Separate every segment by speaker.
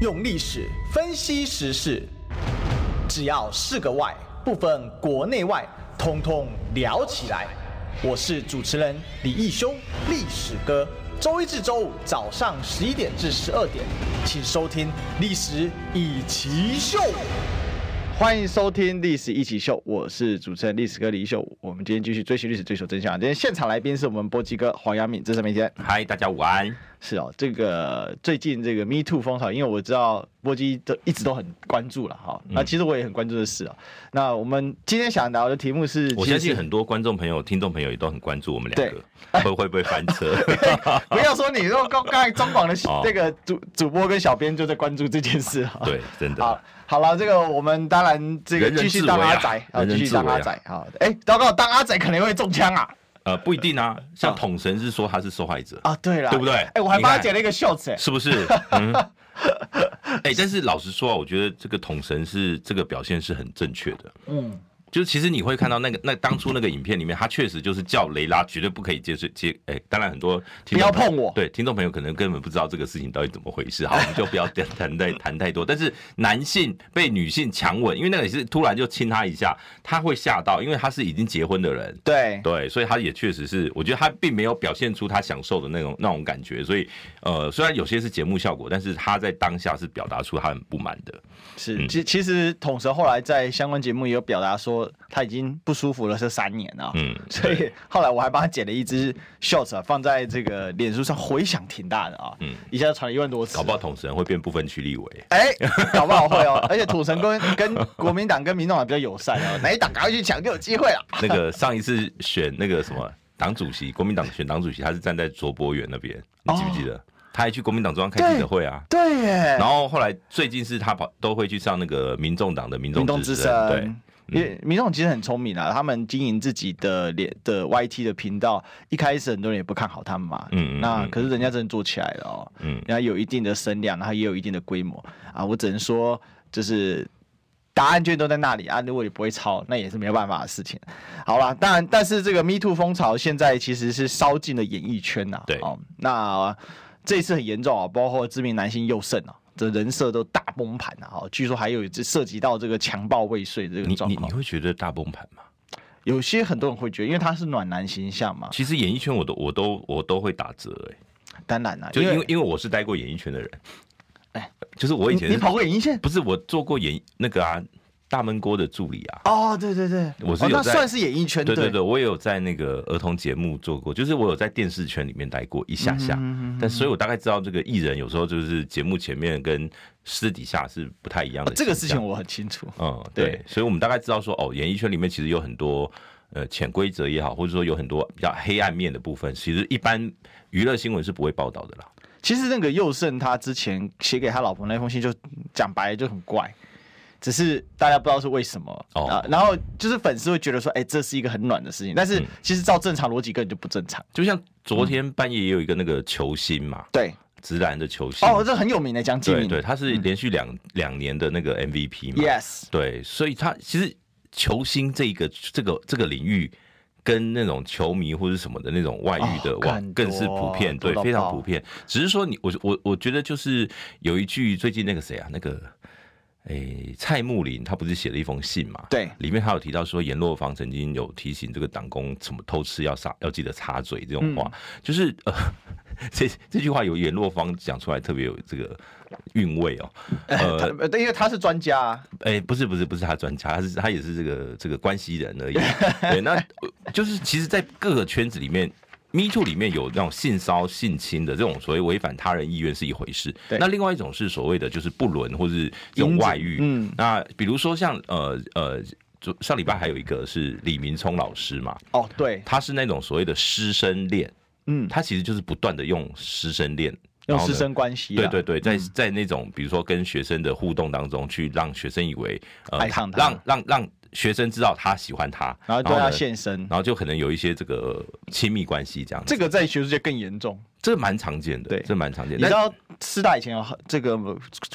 Speaker 1: 用历史分析时事，只要是个“外”，不分国内外，通通聊起来。我是主持人李义修，历史哥。周一至周五早上十一点至十二点，请收听《历史一奇秀》。欢迎收听《历史一起秀》，我是主持人历史哥李一秀。我们今天继续追寻历史，追求真相。今天现场来宾是我们波基哥黄阳敏，这是明天。
Speaker 2: 嗨，大家午安。
Speaker 1: 是哦，这个最近这个 Me Too 风潮，因为我知道波基都一直都很关注了哈。
Speaker 2: 嗯
Speaker 1: 那其实我也很关注的事啊。那我们今天想聊的题目是，
Speaker 2: 我
Speaker 1: 其
Speaker 2: 相
Speaker 1: 实
Speaker 2: 信很多观众朋友、听众朋友也都很关注我们两个 会会不会翻 车。
Speaker 1: 不要说你，说刚刚才中广的
Speaker 2: 哦
Speaker 1: 那个主主播跟小编就在关注这件事啊。
Speaker 2: 对，真
Speaker 1: 好
Speaker 2: 的。，
Speaker 1: 好了，这个我们当然这个
Speaker 2: 人人
Speaker 1: 继续
Speaker 2: 自
Speaker 1: 当
Speaker 2: 危啊
Speaker 1: 阿仔啊，
Speaker 2: 人
Speaker 1: 继
Speaker 2: 人
Speaker 1: 续
Speaker 2: 自
Speaker 1: 当
Speaker 2: 危
Speaker 1: 阿
Speaker 2: 啊
Speaker 1: 仔啊。哎，糟糕，当阿仔可能会中枪啊。
Speaker 2: 呃，不一定啊。像
Speaker 1: 啊
Speaker 2: 统神是说他是受害者，
Speaker 1: 啊，对了，
Speaker 2: 对不对
Speaker 1: 哎、我还
Speaker 2: 你
Speaker 1: 帮他
Speaker 2: 看
Speaker 1: 剪了一个 shorts，哎、
Speaker 2: 是 不是？嗯。哎，但是老实说啊，我觉得这个统神是这个表现是很正确的。
Speaker 1: 嗯，
Speaker 2: 就是其实你会看到那个那当初那个影片里面，他确实就是叫雷拉绝对不可以接受接。哎，当然很多听
Speaker 1: 不要
Speaker 2: 众朋友
Speaker 1: 碰我
Speaker 2: 对，听众朋友可能根本不知道这个事情到底怎么回事。好，我们就不要谈谈太谈太多。但是男性被女性强吻，因为那个也是突然就亲他一下，他会吓到，因为他是已经结婚的人。
Speaker 1: 对，
Speaker 2: 对，所以他也确实是，我觉得他并没有表现出他享受的那种那种感觉，所以呃，虽然有些是节目效果，但是他在当下是表达出他很不满的。
Speaker 1: 是，
Speaker 2: 嗯
Speaker 1: 其其实统神后来在相关节目也有表达说他已经不舒服了这三年了，
Speaker 2: 嗯
Speaker 1: 所以后来我还帮他剪了一支 shorts 啊，放在这个脸书上，回响挺大的啊，嗯，一下就传了一万多次，
Speaker 2: 搞不好统神会变不分区立委。
Speaker 1: 哎、搞不好会哦，而且土神跟跟国民党跟民众党比较友善 哦，哪一党赶快去抢就有机会了。啊
Speaker 2: 那个上一次选那个什么党主席，国民党选党主席，他是站在卓博远那边，你记不记得？他还去国民党中央开记者会啊。
Speaker 1: 哦对耶
Speaker 2: 然，后后来最近是他跑都会去上那个民众党的民
Speaker 1: 民
Speaker 2: 众
Speaker 1: 众之
Speaker 2: 声，对嗯
Speaker 1: 声。。嗯因为民众其实很聪明啊，他们经营自己的脸的 YT 的频道，一开始很多人也不看好他们嘛。
Speaker 2: 嗯嗯
Speaker 1: 那
Speaker 2: 嗯
Speaker 1: 可是人家真的做起来了哦，
Speaker 2: 嗯
Speaker 1: 人家有一定的声量，然后也有一定的规模啊。我只能说，就是答案卷都在那里啊。如果你不会抄，那也是没有办法的事情。好啦，当然，但是这个 Me Too 风潮现在其实是烧进了演艺圈呐、
Speaker 2: 对
Speaker 1: 哦，那这一次很严重啊，包括知名男星佑胜啊。这人设都大崩盘啊！哦，据说还有这涉及到这个强暴未遂这
Speaker 2: 你
Speaker 1: 个状
Speaker 2: 你
Speaker 1: 况
Speaker 2: 你，会觉得大崩盘吗？
Speaker 1: 有些很多人会觉得，因为他是暖男形象嘛，
Speaker 2: 其实演艺圈我都我都我都会打折哎、
Speaker 1: 当然啦、
Speaker 2: 就因
Speaker 1: 啊因
Speaker 2: 为因为我是待过演艺圈的人，
Speaker 1: 哎
Speaker 2: 哎，就是我以前
Speaker 1: 你
Speaker 2: 是
Speaker 1: 你跑过演艺线
Speaker 2: 不是我做过演那个啊大闷锅的助理啊，
Speaker 1: 哦，对对对，
Speaker 2: 我是
Speaker 1: 哦、
Speaker 2: 有
Speaker 1: 那
Speaker 2: 在
Speaker 1: 算是演艺圈
Speaker 2: 对对
Speaker 1: 对
Speaker 2: 对，我也有在那个儿童节目做过，就是我有在电视圈里面待过一下
Speaker 1: 嗯
Speaker 2: 下，但所以我大概知道这个艺人有时候就是节目前面跟私底下是不太一样的
Speaker 1: 哦
Speaker 2: 形象、
Speaker 1: 这个事情我很清楚。
Speaker 2: 嗯，
Speaker 1: 对
Speaker 2: 对，所以我们大概知道说，哦，演艺圈里面其实有很多呃潜规则也好，或者说有很多比较黑暗面的部分，其实一般娱乐新闻是不会报道的啦。
Speaker 1: 其实那个佑胜他之前写给他老婆那封信就，讲白了就很怪，只是大家不知道是为什么
Speaker 2: 哦
Speaker 1: 啊。然后就是粉丝会觉得说，哎、这是一个很暖的事情，但
Speaker 2: 嗯
Speaker 1: 是其实照正常逻辑根本就不正常。
Speaker 2: 就像
Speaker 1: 嗯
Speaker 2: 昨天半夜也有一个那个球星嘛，
Speaker 1: 对，
Speaker 2: 直男的球星，
Speaker 1: 哦，这很有名的江继
Speaker 2: 对
Speaker 1: 明
Speaker 2: 对，他是连续两两、年的那个 MVP 嘛。
Speaker 1: ，yes，
Speaker 2: 对，所以他其实球星这一个这个这个领域，跟那种球迷或者什么的那种外遇的
Speaker 1: 哦
Speaker 2: 哇
Speaker 1: 更，
Speaker 2: 更是普遍，
Speaker 1: 多多
Speaker 2: 对，
Speaker 1: 到
Speaker 2: 非常
Speaker 1: 爆
Speaker 2: 普遍。只是说你我我我觉得就是有一句最近那个谁啊，那个。诶、蔡穆林他不是写了一封信嘛？
Speaker 1: 对
Speaker 2: 里面他有提到说，阎若芳曾经有提醒这个党工什么偷吃要杀，要记得插嘴这种话，
Speaker 1: 嗯
Speaker 2: 就是呃，这这句话由阎若芳讲出来特别有这个韵 味哦。呃，
Speaker 1: 他因为他是专家、啊，
Speaker 2: 哎、不是不是不是他专家，他是他也是这个这个关系人 而已。对，那呃就是其实，在各个圈子里面，Me Too 里面有那种性骚性侵的这种所谓违反他人意愿是一回事，
Speaker 1: 对
Speaker 2: 那另外一种是所谓的就是不伦或是这种
Speaker 1: 因子
Speaker 2: 外遇。
Speaker 1: 嗯，
Speaker 2: 那比如说像呃呃，就上礼拜还有一个是李明聪老师嘛，
Speaker 1: 哦，对，
Speaker 2: 他是那种所谓的师生恋，
Speaker 1: 嗯，
Speaker 2: 他其实就是不断的用师生恋，
Speaker 1: 用
Speaker 2: 然后
Speaker 1: 师
Speaker 2: 呢
Speaker 1: 生关系，啊
Speaker 2: 对对，对，在
Speaker 1: 嗯
Speaker 2: 在那种比如说跟学生的互动当中，去让学生以为呃
Speaker 1: 爱上他
Speaker 2: 让让让学生知道他喜欢他，
Speaker 1: 然后对他
Speaker 2: 呢
Speaker 1: 现身，
Speaker 2: 然后就可能有一些这个亲密关系这样子，
Speaker 1: 这个在学术界更严重。
Speaker 2: 这蛮常见的，
Speaker 1: 对
Speaker 2: 这蛮常见
Speaker 1: 你知
Speaker 2: 的。
Speaker 1: 道师大以前有这个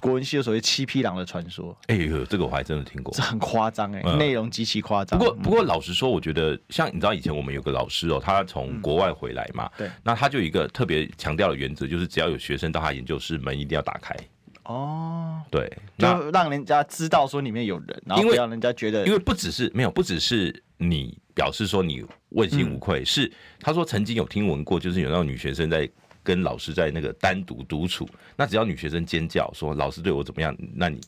Speaker 1: 国文系有所谓七匹狼的传说，
Speaker 2: 但哎呦，这个我还真的听过
Speaker 1: 这。很夸张哎，
Speaker 2: 嗯
Speaker 1: 内容极其夸
Speaker 2: 不
Speaker 1: 张。
Speaker 2: 过，不过，老实说，我觉得像你知道，以前我们有个老师哦，他从国外回来嘛，
Speaker 1: 嗯对，
Speaker 2: 那他就有一个特别强调的原则，就是只要有学生到他研究室，门一定要打开。
Speaker 1: 哦，
Speaker 2: 对，那
Speaker 1: 就让人家知道说里面有人，然后
Speaker 2: 因为
Speaker 1: 不要人家觉得
Speaker 2: 因为不只是没有，不只是你表示说你问心无
Speaker 1: 嗯
Speaker 2: 愧，是他说曾经有听闻过，就是有那种女学生在跟老师在那个单独独处，那只要女学生尖叫说老师对我怎么样，那你。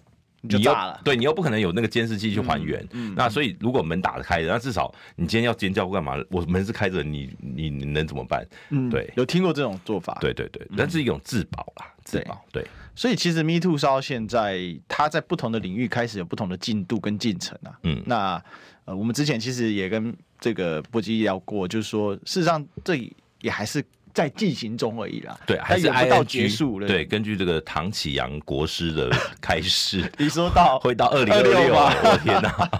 Speaker 1: 你就
Speaker 2: 又
Speaker 1: 炸了嗯
Speaker 2: 对你又不可能有那个监视器去还原，那所以如果门打得开的，那至少你今天要尖叫干嘛？我门是开着的，你你你能怎么办？
Speaker 1: 嗯
Speaker 2: 对
Speaker 1: 有听过这种做法。，
Speaker 2: 对对对，那是一种自保啦，自保对。
Speaker 1: 所以其实 Me Too 烧现在它在不同的领域开始有不同的进度跟进程啊。
Speaker 2: 嗯
Speaker 1: 那呃，我们之前其实也跟这个波基聊过，就是说事实上这也还是在进行中而已啦，
Speaker 2: 对，还
Speaker 1: 但
Speaker 2: 是
Speaker 1: 远不到
Speaker 2: ING
Speaker 1: 结束了。
Speaker 2: 对，，根据这个唐启阳国师的
Speaker 1: ，
Speaker 2: 开示
Speaker 1: 一说 到
Speaker 2: 会到二零二
Speaker 1: 26
Speaker 2: 六
Speaker 1: 吧
Speaker 2: 啊！我的天哪、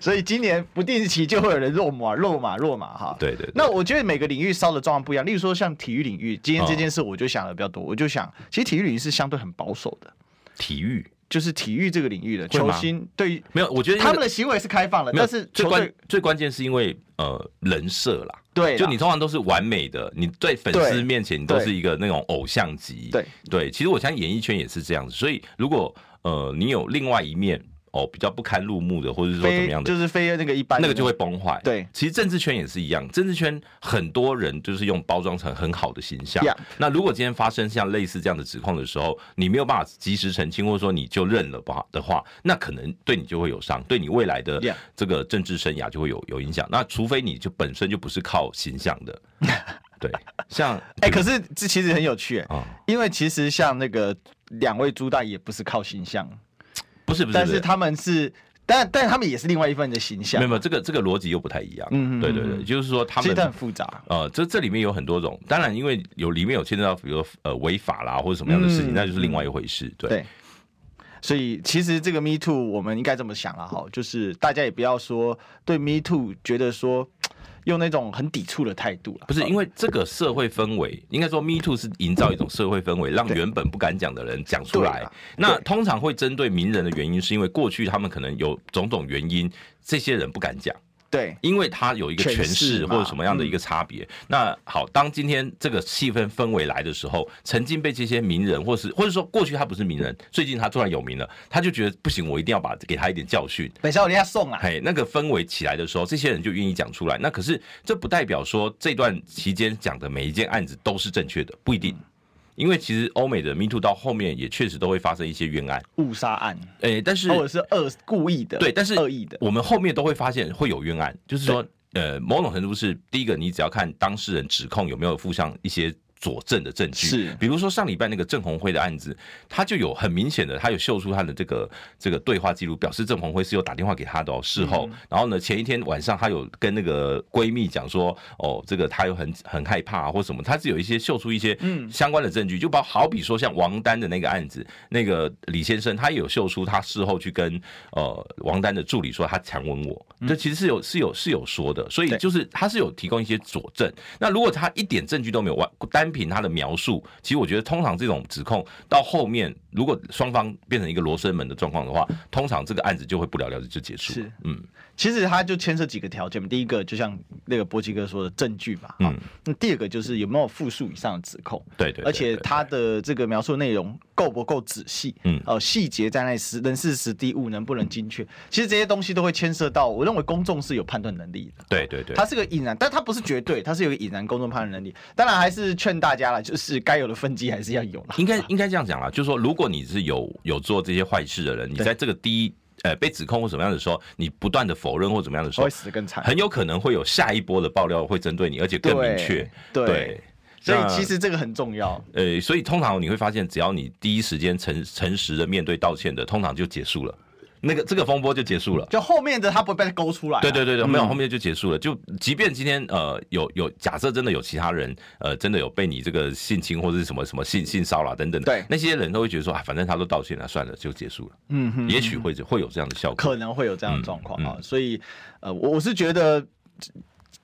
Speaker 1: 所以今年不定期就会有人肉马、肉马、肉马哈。
Speaker 2: 对对对
Speaker 1: 那我觉得每个领域烧的状况不一样，例如说像体育领域，今天
Speaker 2: 哦
Speaker 1: 这件事我就想的比较多，我就想，其实体育领域是相对很保守的，
Speaker 2: 体育
Speaker 1: 就是体育这个领域的
Speaker 2: 会
Speaker 1: 球
Speaker 2: 吗
Speaker 1: 星对于
Speaker 2: 没有，我觉得
Speaker 1: 他们的行为是开放的，
Speaker 2: 没有
Speaker 1: 但是
Speaker 2: 最
Speaker 1: 球
Speaker 2: 关
Speaker 1: 队
Speaker 2: 最关键是因为呃人设啦，
Speaker 1: 对啦
Speaker 2: 就你通常都是完美的，你在粉
Speaker 1: 对
Speaker 2: 丝面前你都是一个那种偶像级，
Speaker 1: 对
Speaker 2: 对。其实我相信演艺圈也是这样子，所以如果呃你有另外一面哦比较不堪入目的，或者是说怎么
Speaker 1: 非
Speaker 2: 样的，
Speaker 1: 就是非那个一般的
Speaker 2: 那个就会崩坏。
Speaker 1: 对
Speaker 2: 其实政治圈也是一样，政治圈很多人就是用包装成很好的形象。
Speaker 1: Yeah
Speaker 2: 那如果今天发生像类似这样的指控的时候，你没有办法及时澄清，或者说你就认了吧的话，那可能对你就会有伤，对你未来的
Speaker 1: Yeah
Speaker 2: 这个政治生涯就会有有影响。那除非你就本身就不是靠形象 的，对，像
Speaker 1: 哎、可是这其实很有趣、哎
Speaker 2: 啊、
Speaker 1: 因为其实像那个两位朱大也不是靠形象，
Speaker 2: 不是不是，
Speaker 1: 但
Speaker 2: 不
Speaker 1: 是他们是，但但他们也是另外一份的形象
Speaker 2: 没有，没有这个这个逻辑又不太一样。
Speaker 1: 嗯嗯嗯
Speaker 2: 对对对，就是说他
Speaker 1: 其
Speaker 2: 们
Speaker 1: 实它很复杂。
Speaker 2: 呃，这这里面有很多种，当然因为有里面有牵扯到，比如说呃违法啦或者什么样的事情，
Speaker 1: 嗯
Speaker 2: 那就是另外一回事。对，
Speaker 1: 对，所以其实这个 Me Too 我们应该这么想了哈，就是大家也不要说对 Me Too 觉得说用那种很抵触的态度了，
Speaker 2: 不是因为这个社会氛围，应该说 Me Too 是营造一种社会氛围，让原本不敢讲的人讲出
Speaker 1: 对
Speaker 2: 来
Speaker 1: 啦。
Speaker 2: 那
Speaker 1: 对
Speaker 2: 通常会针对名人的原因，是因为过去他们可能有种种原因，这些人不敢讲。
Speaker 1: 对
Speaker 2: 因为它有一个
Speaker 1: 诠
Speaker 2: 诠
Speaker 1: 释
Speaker 2: 释
Speaker 1: 嘛嗯
Speaker 2: 或者什么样的一个差别。那好，当今天这个气氛氛围来的时候，曾经被这些名人，或是或者说过去他不是名人，最近他突然有名了，他就觉得不行，我一定要把给他一点教训。
Speaker 1: 北少人家送啊，
Speaker 2: 嘿，那个氛围起来的时候，这些人就愿意讲出来。那可是这不代表说这段期间讲的每一件案子都是正确的，不一定。
Speaker 1: 嗯
Speaker 2: 因为其实欧美的 Me Too 到后面也确实都会发生一些冤案，
Speaker 1: 误杀案，
Speaker 2: 诶、但是
Speaker 1: 或者是恶故意的，
Speaker 2: 对，但是
Speaker 1: 恶意的，
Speaker 2: 我们后面都会发现会有冤案，就是说，呃，某种程度是第一个，你只要看当事人指控有没有附上一些。佐证的证据
Speaker 1: 是
Speaker 2: 比如说上礼拜那个郑红辉的案子，他就有很明显的，他有秀出他的这个这个对话记录，表示郑红辉是有打电话给他的哦，事后，然后呢，前一天晚上他有跟那个闺蜜讲说，哦，这个他有很很害怕、啊、或什么，他是有一些秀出一些相关的证据，就包好比说像王丹的那个案子，那个李先生他也有秀出他事后去跟呃王丹的助理说他强吻我，这其实是有是有是有说的，所以
Speaker 1: 对
Speaker 2: 就是他是有提供一些佐证。那如果他一点证据都没有，完单凭他的描述，其实我觉得通常这种指控到后面，如果双方变成一个罗生门的状况的话，通常这个案子就会不了了之就结束。
Speaker 1: 是，
Speaker 2: 嗯，
Speaker 1: 其实它就牵涉几个条件嘛。第一个就像那个波基哥说的证据嘛，
Speaker 2: 嗯
Speaker 1: 啊那第二个就是有没有复数以上的指控，
Speaker 2: 对对对
Speaker 1: 而且
Speaker 2: 对
Speaker 1: 他的这个描述内容够不够仔细，
Speaker 2: 嗯
Speaker 1: 呃，细节在那时人事实地物能不能精确，其实这些东西都会牵涉到，我认为公众是有判断能力的。
Speaker 2: 对对对
Speaker 1: 它，是个引燃，但它不是绝对，它是有个引燃公众判断能力。当然还是劝大家了，就是该有的分级还是要有啦。
Speaker 2: 应该应该这样讲啦，就是说，如果你是有有做这些坏事的人，你在这个第一呃被指控或怎么样的时候，你不断的否认或怎么样的时候
Speaker 1: 会，死得更惨。
Speaker 2: 很有可能会有下一波的爆料会针对你，而且更明确。
Speaker 1: 对所以
Speaker 2: 那
Speaker 1: 其实这个很重要。
Speaker 2: 呃，所以通常你会发现，只要你第一时间诚诚实的面对道歉的，通常就结束了，那个这个风波就结束了。
Speaker 1: 就后面的他不会被勾出来啊、
Speaker 2: 对对对对，没有，
Speaker 1: 嗯
Speaker 2: 后面就结束了。就即便今天呃有有假设真的有其他人呃真的有被你这个性侵或者是什么什么性性骚扰等等的，
Speaker 1: 对
Speaker 2: 那些人都会觉得说啊，反正他都道歉了，算了，就结束了。
Speaker 1: 嗯哼，
Speaker 2: 也许会会有这样的效果。
Speaker 1: 可能会有这样的状况啊。
Speaker 2: 嗯
Speaker 1: 所以，呃，我我是觉得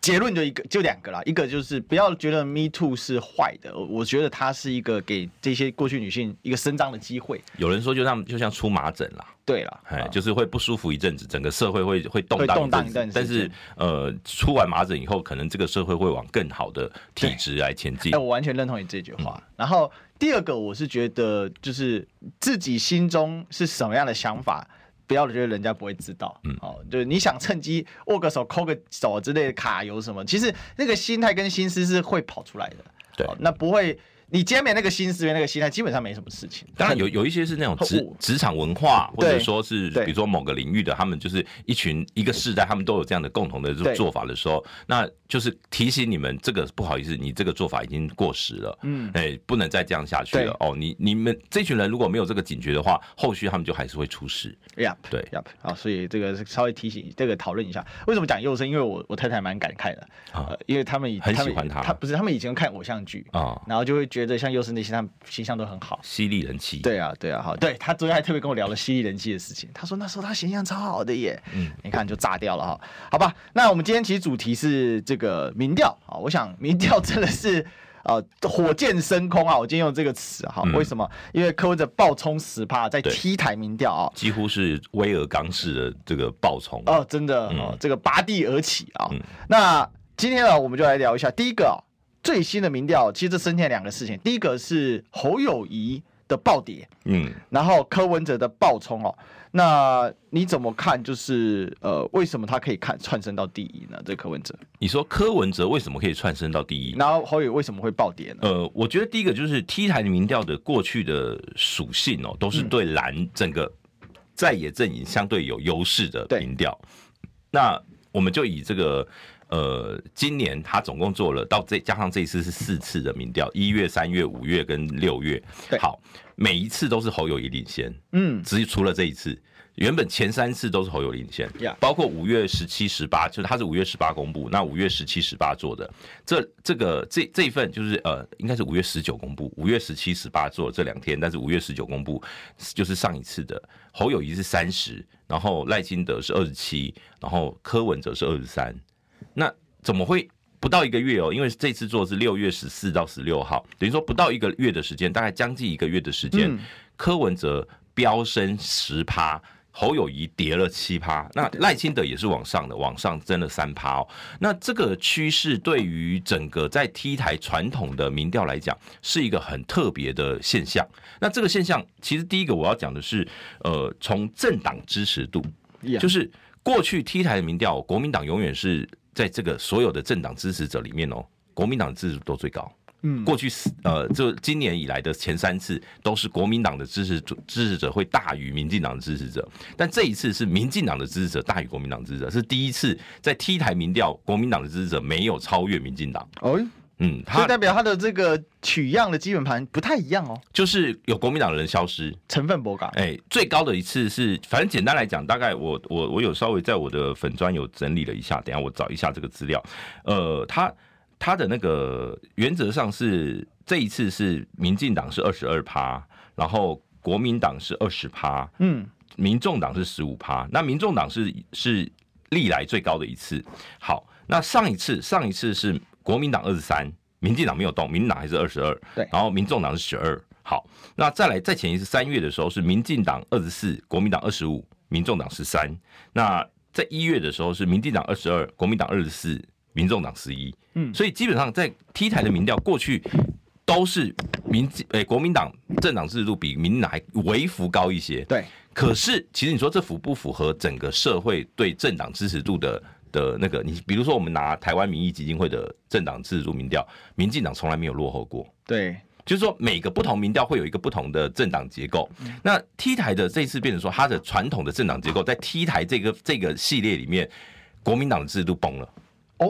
Speaker 1: 结论就一个，就两个啦。一个就是不要觉得 Me Too 是坏的，我我觉得它是一个给这些过去女性一个伸张的机会。
Speaker 2: 有人说就像就像出麻疹啦，
Speaker 1: 对啦，
Speaker 2: 哎
Speaker 1: 啊，
Speaker 2: 就是会不舒服一阵子，整个社会会会动
Speaker 1: 会动荡
Speaker 2: 荡
Speaker 1: 一
Speaker 2: 一
Speaker 1: 段时
Speaker 2: 阵子。但是
Speaker 1: 间
Speaker 2: 呃，出完麻疹以后，可能这个社会会往更好的体质来前进嗯
Speaker 1: 哎、。我完全认同你这句话。然后第二个，我是觉得就是自己心中是什么样的想法，不要觉得人家不会知道。嗯，哦，就是你想趁机握个手、抠个手之类的卡油什么，其实那个心态跟心思是会跑出来的。
Speaker 2: 对
Speaker 1: 哦那不会，你今天没那个心思没那个心态，基本上没什么事情。
Speaker 2: 当然有有一些是那种
Speaker 1: 很
Speaker 2: 职
Speaker 1: 我
Speaker 2: 职场文化，或者
Speaker 1: 对
Speaker 2: 说是
Speaker 1: 对
Speaker 2: 比如说某个领域的，他们就是一群一个世代，他们都有这样的共同的做
Speaker 1: 对
Speaker 2: 做法的时候，那就是提醒你们这个不好意思，你这个做法已经过时了， 嗯，哎，不能再这样下去了。哦，你你们这群人如果没有这个警觉的话，后续他们就还是会出事。
Speaker 1: Yep，
Speaker 2: 对
Speaker 1: ，Yep，好，所以这个是稍微提醒，这个讨论一下，为什么讲幼生？因为我我太太蛮感慨的，
Speaker 2: 啊
Speaker 1: 呃，因为他们以
Speaker 2: 很
Speaker 1: 他
Speaker 2: 喜
Speaker 1: 们
Speaker 2: 欢他
Speaker 1: 他不是他们以前看偶像剧
Speaker 2: 啊
Speaker 1: 然后就会觉得像幼生那些，他们形象都很好。
Speaker 2: 犀利人气，
Speaker 1: 对啊，对啊，好，对他昨天还特别跟我聊了犀利人气的事情，他说那时候他形象超好的耶，嗯，你看就炸掉了哈，好吧，那我们今天其实主题是这个民调啊，我想民调真的是。呃，火箭升空啊！我今天用这个词哈，为什么？因为柯文哲暴冲十趴，在
Speaker 2: 对
Speaker 1: T 台民调啊，
Speaker 2: 几乎是威尔刚式的这个爆冲。
Speaker 1: 哦，真的、哦，
Speaker 2: 嗯
Speaker 1: 这个拔地而起啊、那今天呢，我们就来聊一下第一个、哦、最新的民调，其实这增添两个事情，第一个是侯友谊的暴跌，
Speaker 2: 嗯，
Speaker 1: 然后柯文哲的暴冲哦。那你怎么看？就是呃，为什么他可以看窜升到第一呢？这柯文哲，
Speaker 2: 你说柯文哲为什么可以窜升到第一？
Speaker 1: 然后侯友宜为什么会暴跌呢？
Speaker 2: 呃，我觉得第一个就是 T 台民调的过去的属性哦，都是
Speaker 1: 嗯
Speaker 2: 对蓝整个在野阵营相对有优势的
Speaker 1: 对
Speaker 2: 民调。那我们就以这个呃，今年他总共做了到这加上这一次是四次的民调，一月、三月、五月跟六月
Speaker 1: 对。
Speaker 2: 好，每一次都是侯友谊领先，
Speaker 1: 嗯，
Speaker 2: 只除了这一次。原本前三次都是侯友领先
Speaker 1: Yeah
Speaker 2: 包括五月十七、十八，就是他是五月十八公布，那五月十七、十八做的，这这个这这一份就是呃，应该是五月十九公布，五月十七、十八做这两天，但是五月十九公布就是上一次的侯友谊是三十，然后赖清德是二十七，然后柯文哲是二十三，那怎么会不到一个月哦？因为这次做的是六月十四到十六号，等于说不到一个月的时间，大概将近一个月的时间，
Speaker 1: 嗯
Speaker 2: 柯文哲飙升十趴。侯友谊跌了七趴，那赖清德也是往上的，往上增了三趴哦。那这个趋势对于整个在 T 台传统的民调来讲，是一个很特别的现象。那这个现象，其实第一个我要讲的是，呃，从政党支持度，
Speaker 1: Yeah
Speaker 2: 就是过去 T 台的民调，国民党永远是在这个所有的政党支持者里面哦，国民党的支持度都最高。嗯，过去四呃，就今年以来的前三次都是国民党的支持支持者会大于民进党的支持者，但这一次是民进党的支持者大于国民党的支持者，是第一次在 T 台民调，国民党的支持者没有超越民进党。
Speaker 1: 哦，
Speaker 2: 嗯，
Speaker 1: 所以
Speaker 2: 他
Speaker 1: 代表他的这个取样的基本盘不太一样哦，
Speaker 2: 就是有国民党的人消失，
Speaker 1: 成分不高。
Speaker 2: 哎、最高的一次是，反正简单来讲，大概我我我有稍微在我的粉砖有整理了一下，等一下我找一下这个资料。呃，他他的那个原则上是这一次是民进党是二十二趴，然后国民党是二十趴，
Speaker 1: 嗯，
Speaker 2: 民众党是十五趴，那民众党是是历来最高的一次。好，那上一次上一次是国民党二十三，民进党没有动，民进党还是二十二，
Speaker 1: 对
Speaker 2: 然后民众党是十二。好，那再来再前一次三月的时候是民进党二十四，国民党二十五，民众党十三。那在一月的时候是民进党二十二，国民党二十四，民众党十一。
Speaker 1: 嗯
Speaker 2: 所以基本上在 T 台的民调过去都是民进诶、国民党政党制度比民进党还微幅高一些。
Speaker 1: 对，
Speaker 2: 可是，其实你说这符不符合整个社会对政党支持度的的那个？你比如说，我们拿台湾民意基金会的政党支持度民调，民进党从来没有落后过。
Speaker 1: 对，
Speaker 2: 就是说，每个不同民调会有一个不同的政党结构。那 T 台的这一次变成说，它的传统的政党结构在 T 台这个这个系列里面，国民党的制度崩了。
Speaker 1: 哦，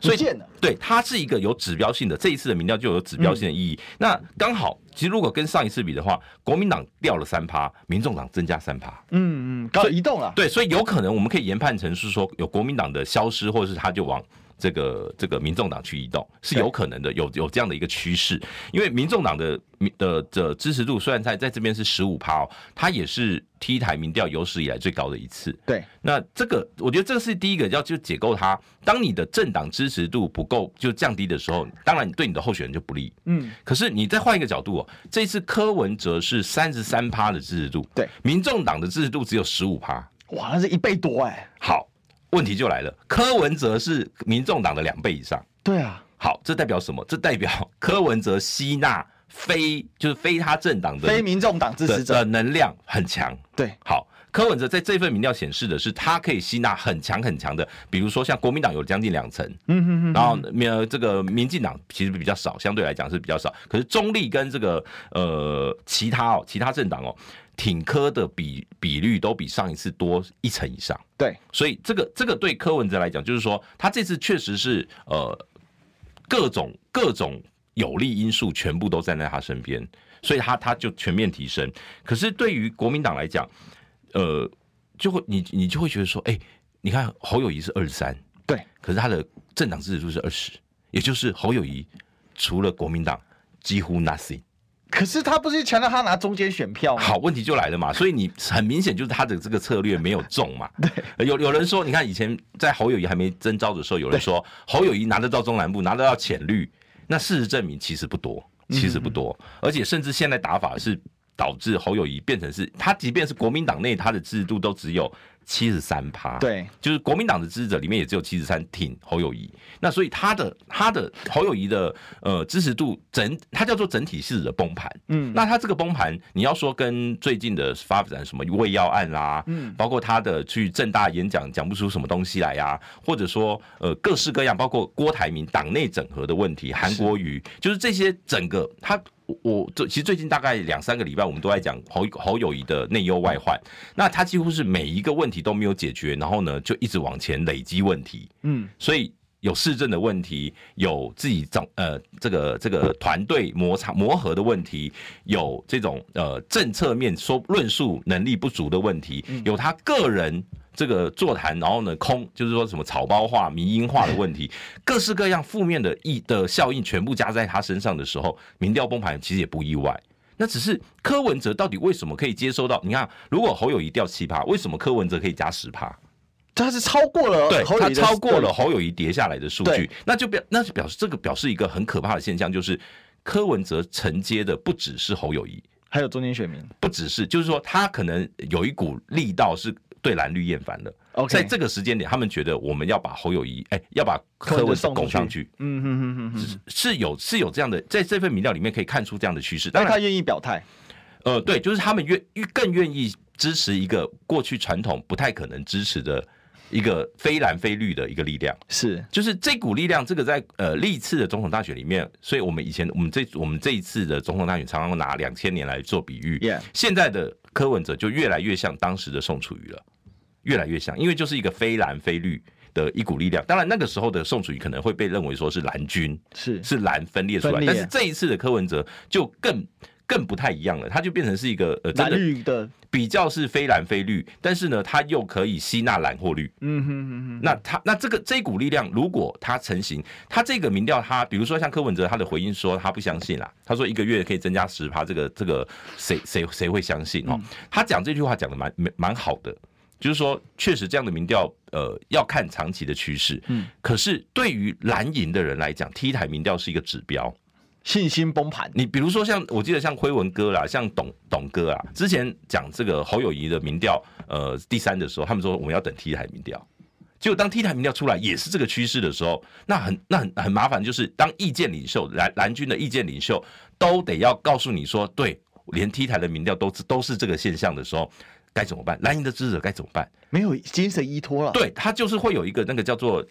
Speaker 2: 所
Speaker 1: 不
Speaker 2: 以
Speaker 1: 见了。
Speaker 2: 对，它是一个有指标性的，这一次的民调就有指标性的意义。那刚好，其实如果跟上一次比的话，国民党掉了三趴，民众党增加三趴。
Speaker 1: 嗯嗯，搞移动了。
Speaker 2: 对，所以有可能我们可以研判成是说有国民党的消失，或者是他就往这个这个民众党去移动，是有可能的，有有这样的一个趋势。因为民众党的民的的支持度虽然在在这边是十五趴哦，它也是 T 台民调有史以来最高的一次。
Speaker 1: 对，
Speaker 2: 那这个，我觉得这是第一个要就解构它。当你的政党支持度不够，就降低的时候，当然对你的候选人就不利。
Speaker 1: 嗯，
Speaker 2: 可是你再换一个角度哦，这次柯文哲是三十三趴的支持度，
Speaker 1: 对，
Speaker 2: 民众党的支持度只有十五趴。
Speaker 1: 哇，那是一倍多哎、
Speaker 2: 好，问题就来了，柯文哲是民众党的两倍以上。
Speaker 1: 对啊，
Speaker 2: 好，这代表什么？这代表柯文哲吸纳非就是非他政党的
Speaker 1: 非民众党支持
Speaker 2: 的
Speaker 1: 者
Speaker 2: 的，能量很强。
Speaker 1: 对，
Speaker 2: 好，柯文哲在这份民调显示的是，他可以吸纳很强很强的，比如说像国民党有将近两成，
Speaker 1: 嗯哼哼，
Speaker 2: 然后呃这个民进党其实比较少，相对来讲是比较少。可是中立跟这个呃其他哦其他政党哦，挺科的比比率都比上一次多一成以上，
Speaker 1: 对，
Speaker 2: 所以这个这个对柯文哲来讲，就是说他这次确实是呃各种各种有利因素全部都站在他身边，所以他他就全面提升。可是对于国民党来讲，呃，就会你你就会觉得说，哎、你看侯友谊是二十三，
Speaker 1: 对，
Speaker 2: 可是他的政党支持度是二十，也就是侯友谊除了国民党几乎 nothing。
Speaker 1: 可是他不是强调他拿中间选票吗？
Speaker 2: 好，问题就来了嘛，所以你很明显就是他的这个策略没有中嘛。对，有有人说，你看以前在侯友谊还没征召的时候，有人说侯友谊拿得到中南部，拿得到浅绿，那事实证明其实不多，其实不多，而且甚至现在打法是导致侯友谊变成是他，即便是国民党内他的制度都只有七十三趴。。
Speaker 1: 对，
Speaker 2: 就是国民党的支持者里面也只有七十三挺侯友谊，那所以他的他的侯友谊的呃支持度整，它叫做整体式的崩盘。
Speaker 1: 嗯
Speaker 2: 那他这个崩盘，你要说跟最近的发展什么胃药案啦、
Speaker 1: 嗯
Speaker 2: 包括他的去正大演讲讲不出什么东西来呀、或者说呃各式各样，包括郭台铭党内整合的问题，韩国瑜，就是这些整个他。我我这其实最近大概两三个礼拜，我们都在讲侯侯友谊的内忧外患。那他几乎是每一个问题都没有解决，然后呢就一直往前累积问题。
Speaker 1: 嗯，
Speaker 2: 所以有市政的问题，有自己整呃这个这个团队摩擦磨合的问题，有这种呃政策面说论述能力不足的问题，有他个人。这个座谈，然后呢，空就是说什么草包化、迷因化的问题，各式各样负面的意的效应全部加在他身上的时候，民调崩盘其实也不意外。那只是柯文哲到底为什么可以接收到？你看，如果侯友谊掉七趴，为什么柯文哲可以加十趴？
Speaker 1: 他是超过了
Speaker 2: 对，
Speaker 1: 侯友
Speaker 2: 他
Speaker 1: 宜的
Speaker 2: 超过了侯友谊跌下来的数
Speaker 1: 对
Speaker 2: 据，那就表那就表示这个表示一个很可怕的现象，就是柯文哲承接的不只是侯友谊，
Speaker 1: 还有中间选民。
Speaker 2: 不只是就是说他可能有一股力道是对蓝绿厌烦的。
Speaker 1: OK，
Speaker 2: 在这个时间点，他们觉得我们要把侯友谊，哎、要把柯文哲拱上去，
Speaker 1: 嗯哼哼哼哼，
Speaker 2: 是有是有这样的，在这份民调里面可以看出这样的趋势。当
Speaker 1: 但
Speaker 2: 然
Speaker 1: 他，愿意表态，
Speaker 2: 呃，对，就是他们愿更愿意支持一个过去传统不太可能支持的一个非蓝非绿的一个力量。
Speaker 1: 是
Speaker 2: 就是这股力量，这个在呃历次的总统大选里面，所以我们以前我们这我们这一次的总统大选，常常拿两千年来做比喻。
Speaker 1: Yeah
Speaker 2: 现在的柯文哲就越来越像当时的宋楚瑜了，越来越像，因为就是一个非蓝非绿的一股力量。当然那个时候的宋楚瑜可能会被认为说是蓝军，
Speaker 1: 是
Speaker 2: 是蓝分裂出来
Speaker 1: 分，裂
Speaker 2: 但是这一次的柯文哲就更更不太一样了，他就变成是一个呃真
Speaker 1: 蓝
Speaker 2: 的
Speaker 1: 绿的，
Speaker 2: 比较是非蓝非绿，但是呢，他又可以吸纳蓝或绿。
Speaker 1: 嗯哼哼哼，
Speaker 2: 那他那这个这一股力量，如果它成型，他这个民调，他比如说像柯文哲，他的回应说他不相信啦，他说一个月可以增加十趴，这个这个谁谁谁会相信
Speaker 1: 嗯
Speaker 2: 哦？他讲这句话讲的蛮蛮蛮好的，就是说确实这样的民调，呃，要看长期的趋势。
Speaker 1: 嗯，
Speaker 2: 可是对于蓝营的人来讲，T 台民调是一个指标。
Speaker 1: 信心崩盘，
Speaker 2: 你比如说像我记得像辉文哥啦，像董董哥啊，之前讲这个侯友谊的民调，呃，第三的时候，他们说我们要等 T 台民调。结果当 T 台民调出来也是这个趋势的时候，那很那很很麻烦，就是当意见领袖蓝蓝军的意见领袖都得要告诉你说，对，连 T 台的民调都是都是这个现象的时候，该怎么办？蓝营的支持者该怎么办？
Speaker 1: 没有精神依托了。，
Speaker 2: 对他就是会有一个那个叫做